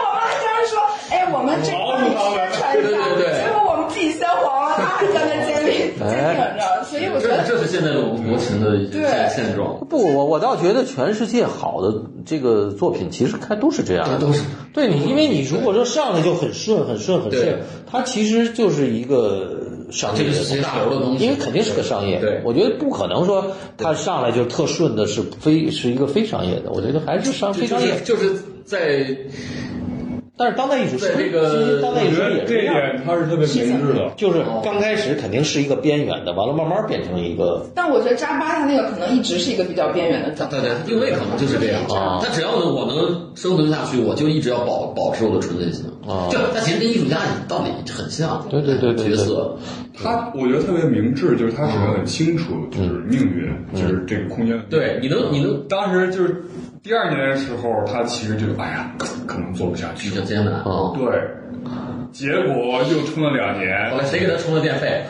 C: 我们就是说，哎，我们这个帮你宣传
B: 对
C: 一下，
B: 对对哎
C: 结果我们自己先黄了，他还在那坚挺坚挺着，所以我觉
B: 这
C: 得。
B: 这是现在的我们国情的
C: 对
B: 现现状。
A: 不，我我倒觉得全世界好的这个作品，其实它都是这样的，
B: 都是
A: 对你，因为你如果说上来就很顺、很顺、很
B: 对
A: 顺，它其实就是一个商业的东
B: 这个是
A: 西，
B: 大头的东西
A: 因为肯定是个商业。
E: 对
A: 我觉得不可能说它上来就特顺的，是非是一个非商业的。我觉得还是商非
B: 就
A: 商业
B: 是，就是在
A: 但是当代艺术是
B: 在这个
A: 其实当代
D: 我
A: 艺
D: 觉
A: 术
D: 得
A: 也是
D: 这一
A: 样的。
D: 点它是特别明智的。
A: 就是
E: 哦
A: 刚开始肯定是一个边缘的，完了慢慢变成一个
C: 但我觉得扎巴他那个可能一直是一个比较边缘的状态
B: 大。家定位可能就是这样
A: 啊
B: 但只要我能生存下去，我就一直要保保持我的纯真性。
A: 啊
B: 就他其实跟艺术家道理很像，
A: 对对对对对
B: 角色。
D: 它我觉得特别明智，就是它首先很清楚，就是命运，
E: 嗯
D: 就是这个空间。
B: 对，你能你能
D: 当时就是第二年的时候，他其实就哎呀，可能做不下去
B: 比较。艰难啊。
D: 对，结果又撑了两年
B: 后。来谁给他充了电 费？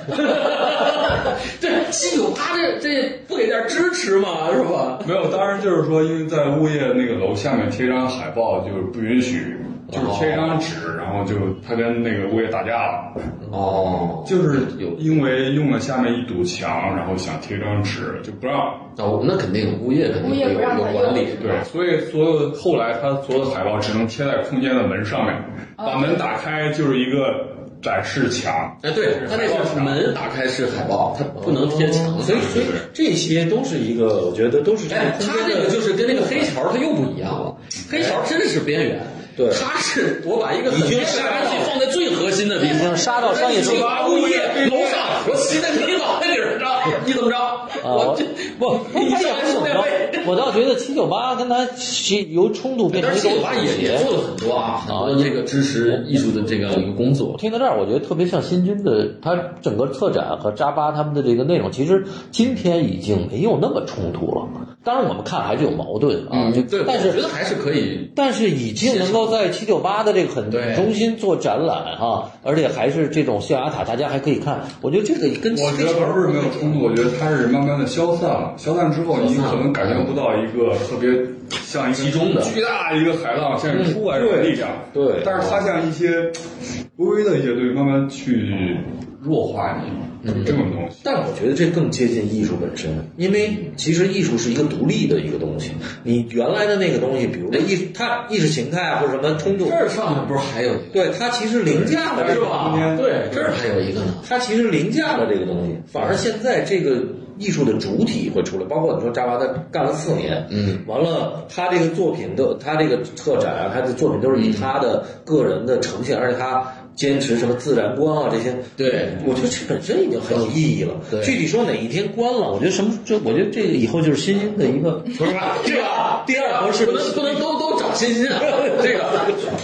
B: 这七九八这这不给点支持吗？是吧？
D: 没有，当时就是说，因为在物业那个楼下面贴张海报，就是不允许，就是贴一张纸，然后就他跟那个物业打架了，
B: 哦，
D: 就是
B: 有
D: 因为用了下面一堵墙，然后想贴张纸就不让，
B: 哦，那肯定物业肯定
C: 物业
B: 有
C: 不让
B: 有
C: 他
B: 管理
C: 用，
D: 对，所以所有后来他所有的海报只能贴在空间的门上面，把门打开就是一个展示墙，
B: 哎，对，它那个门打开是海报，它不
A: 哦
B: 能贴墙，
E: 所以所以这些都是一个，我觉得都是这个
B: 哎，
E: 空
B: 它
E: 间
B: 这个
E: 的。
B: 就是跟那个黑桥它又不一样了，黑
A: 哎
B: 桥真是边缘，
E: 对
B: 它是我把一个很边缘的东西放在最核心的地方，
A: 已经杀到商业中
B: 你把物业楼上，我骑在你脑袋顶上，你怎么着？
A: 啊，我
B: 这
A: 不，
B: 你
A: 他
B: 上
A: 也
B: 来
A: 不
B: 收
A: 怎么
B: 电费。
A: 着。我倒觉得七九八跟他是由冲突变成
B: 但
A: 一
B: 是
A: 种
B: 七九八也
A: 妥
B: 也
A: 协
B: 做了很多啊，很多这个支持艺术的这个一个工作。
A: 听到这儿，我觉得特别像新军的，他整个策展和扎巴他们的这个内容，其实今天已经没有那么冲突了。当然，我们看还是有矛盾啊，就
B: 嗯对，
A: 但
B: 我觉
A: 是
B: 得还是可以。
A: 但是已经能够在七九八的这个很
B: 对
A: 中心做展览哈、而且还是这种象牙塔，大家还可以看。我觉得这个跟
D: 我觉得不是没有冲突，我觉得它是慢慢的消散了。消散之后，你可能感觉不到一个特别像一个
B: 集中的
D: 巨大一个海浪像是出来的力量。
E: 对
D: 但是它像一些微微的一些东西，慢慢去弱化你，这种东西。
E: 但我觉得这更接近艺术本身，因为其实艺术是一个独立的一个东西。你原来的那个东西，比如说艺，它意识形态啊或者什么冲突
B: 这，儿上面不是还有一
E: 对它其实凌驾了
B: 个
E: 这
B: 是
E: 个
B: 吧
E: 空间，？
B: 对，这儿还有一个呢。
E: 它其实凌驾了这个东西，反而现在这个艺术的主体会出来，包括你说扎巴他干了四年，
B: 嗯，
E: 完了他这个作品都，他这个策展啊，他的作品都是
B: 嗯
E: 以他的个人的呈现，而且他坚持什么自然观啊这些，
B: 对
E: 我觉得这本身已经很有意义了。
B: 对
E: 具体说哪一天关了，我
A: 我
E: 觉
A: 觉
E: 得
A: 得什么？这我觉得这个以后就是新军的一个
B: 不是吧？这个啊
E: 第二条是
B: 不能不能都都找欣欣啊！这个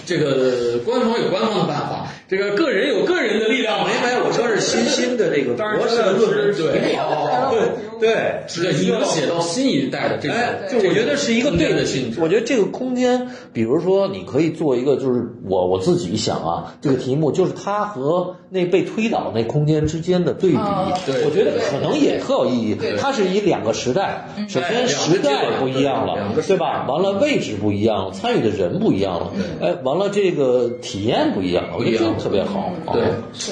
B: 这个官方有官方的办法，这这个个人有个人的力量，
E: 没没，我说是新兴的这个
D: 但是
E: 博士
D: 现在
E: 的论文
D: 是
E: 题
B: 对哦
E: 目，对，
B: 这影写到新一代的这个，
E: 哎，
B: 这
E: 就我觉得是一个对
B: 对
E: 的
B: 的
E: 性
B: 性
E: 质。
A: 我觉得这个空间，比如说，你可以做一个，就是我我自己想啊，这个题目就是它和那被推倒那空间之间的对比，
C: 嗯
B: 对
A: 我觉得可能也特有意义
C: 对。
A: 它是以两个时代，首先
B: 哎
A: 时
B: 两个
A: 代
B: 阶段
A: 不一样了
E: 两个，时
A: 对
E: 代
A: 吧？完了位置不一样了，参与的人不一样了，哎，完了这个体验不一样了，我觉得
B: 不一
A: 这
B: 样
A: 个特别好。啊
B: 对，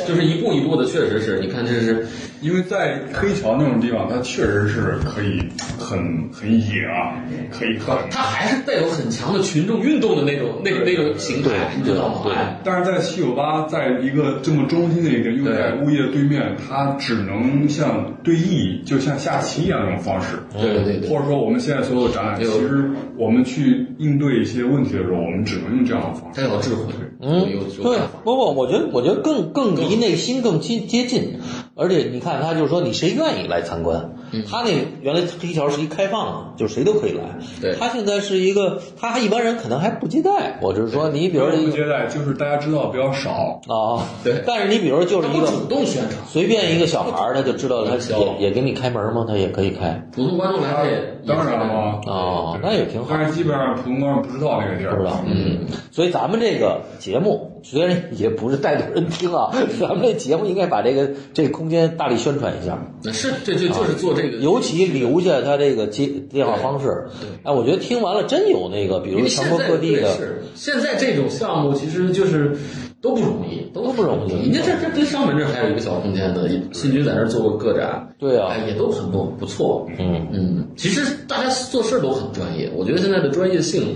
B: 就是一步一步的，确实是你看这是
D: 因为在黑桥那种地方，它确实是可以很很野啊，可以很。
B: 它还是带有很强的群众运动的那种那那种形态，你知道吗？
A: 对
B: 哎
D: 但是在七九八，在一个这么中心的一个又在物业对面，它只能像对弈，就像下棋一样那种方式。
B: 对对对对
D: 或者说我们现在所有展览，其实我们去应对一些问题的时候，我们只能用这样的方式。
B: 它有智慧，
A: 嗯
B: 有，有
A: 对
B: 办法，。
A: 不不，我觉得我觉得更更离内心更接接近，而且你看，他就是说你谁愿意来参观，
B: 嗯
A: 他那原来黑桥是一开放的，就谁都可以来，
B: 对
A: 他现在是一个，他一般人可能还不接待，我只是说你比如
D: 不
A: 说
D: 是
A: 一
D: 不
A: 个
D: 接待，就是大家知道比较少。
A: 啊，
B: 对
A: 但是你比如说就是
B: 它
A: 一
B: 不
A: 个
B: 主动宣传，
A: 随便一个小孩儿，他就知道他
B: 小
A: 也也给你开门吗？他也可以开
B: 普通观众来这
D: 当然了，
A: 哦，那也挺好。
D: 但是基本上普通观众不知道那个地儿，
A: 不知道，嗯，所以咱们这个节目虽然也不是带多人听啊，咱们这节目应该把这个这个空间大力宣传一下，
B: 那是这就就是做这个，
A: 尤其留下他这个接电话方式。哎，我觉得听完了真有那个，比
B: 因
A: 如
B: 为
A: 全
B: 现
A: 国
B: 在
A: 各地
B: 对
A: 的，
B: 是现在这种项目其实就是都不容易，都
A: 都不容易
B: 你看这这跟上门这儿还有一个小空间的，新军在那儿做过个展，
A: 对啊
B: 哎也都很不不错。
A: 嗯
B: 嗯，其实大家做事都很专业，我觉得现在的专业性、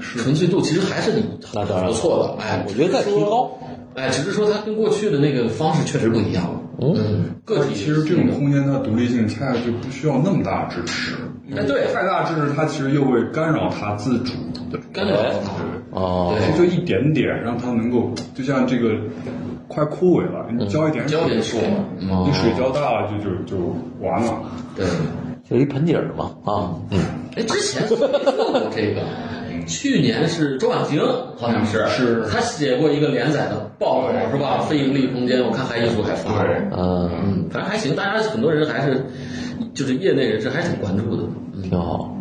B: 纯粹度其实还是
A: 那当然
B: 很不错的。哎，
A: 我觉得在提高。
B: 哎，只是说它跟过去的那个方式确实不一样了。嗯，个体
D: 其实这种空间它独立性恰恰就不需要那么大支持。
B: 哎对，
D: 太大支持它其实又会干扰它自主的，
B: 干扰到它。
A: 哎哦，
D: 这
B: 对，
D: 就一点点让它能够，就像这个快枯萎了，你浇一点水，
B: 嗯浇点水哦
D: 你水浇大了就就就完了。
B: 对。
A: 就一盆景儿嘛，啊，嗯，
B: 哎，之前做过这个， 去年是周婉婷，好像是，
D: 是
B: 她写过一个连载的报道是吧？非盈利空间，我看还艺术还发过，
D: 对
A: 嗯，
B: 嗯，反正还行，大家很多人还是就是业内人士还是挺关注的。嗯，
A: 挺好。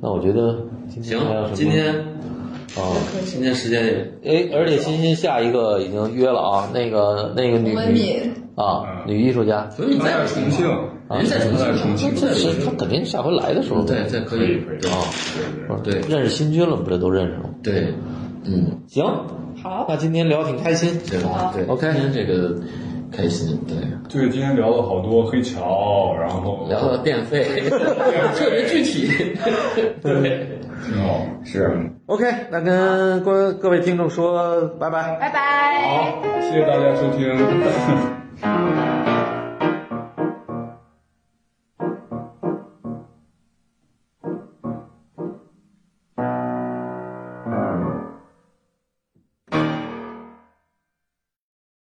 A: 那我觉得今天还有什
B: 行，
A: 么
B: 今天
A: 啊。
B: 今天时间也
A: 哎，而且欣欣下一个已经约了啊，那个那个女
C: 文敏
A: 啊，女艺术家，
B: 所以你
D: 他
B: 在
D: 在重庆，
B: 人在重
D: 他在
B: 庆，
D: 重庆
B: 在重
A: 是她
B: 庆，
A: 肯定下回来的时候
B: 对对，可以，
D: 以
A: 啊，
B: 对
A: 认识新军了，不是都认识了吗？
B: 对，嗯，
A: 行，
C: 好，
A: 那今天聊挺开心，
B: 对对
A: ，OK
B: 今天这个开心，对，
D: 对，今天聊了好多黑桥，然后
B: 聊到电 费，特别具体，对。
D: 挺好，是
A: OK，那跟各各位听众说拜拜。
C: 拜拜。
D: 好，谢谢大家收听。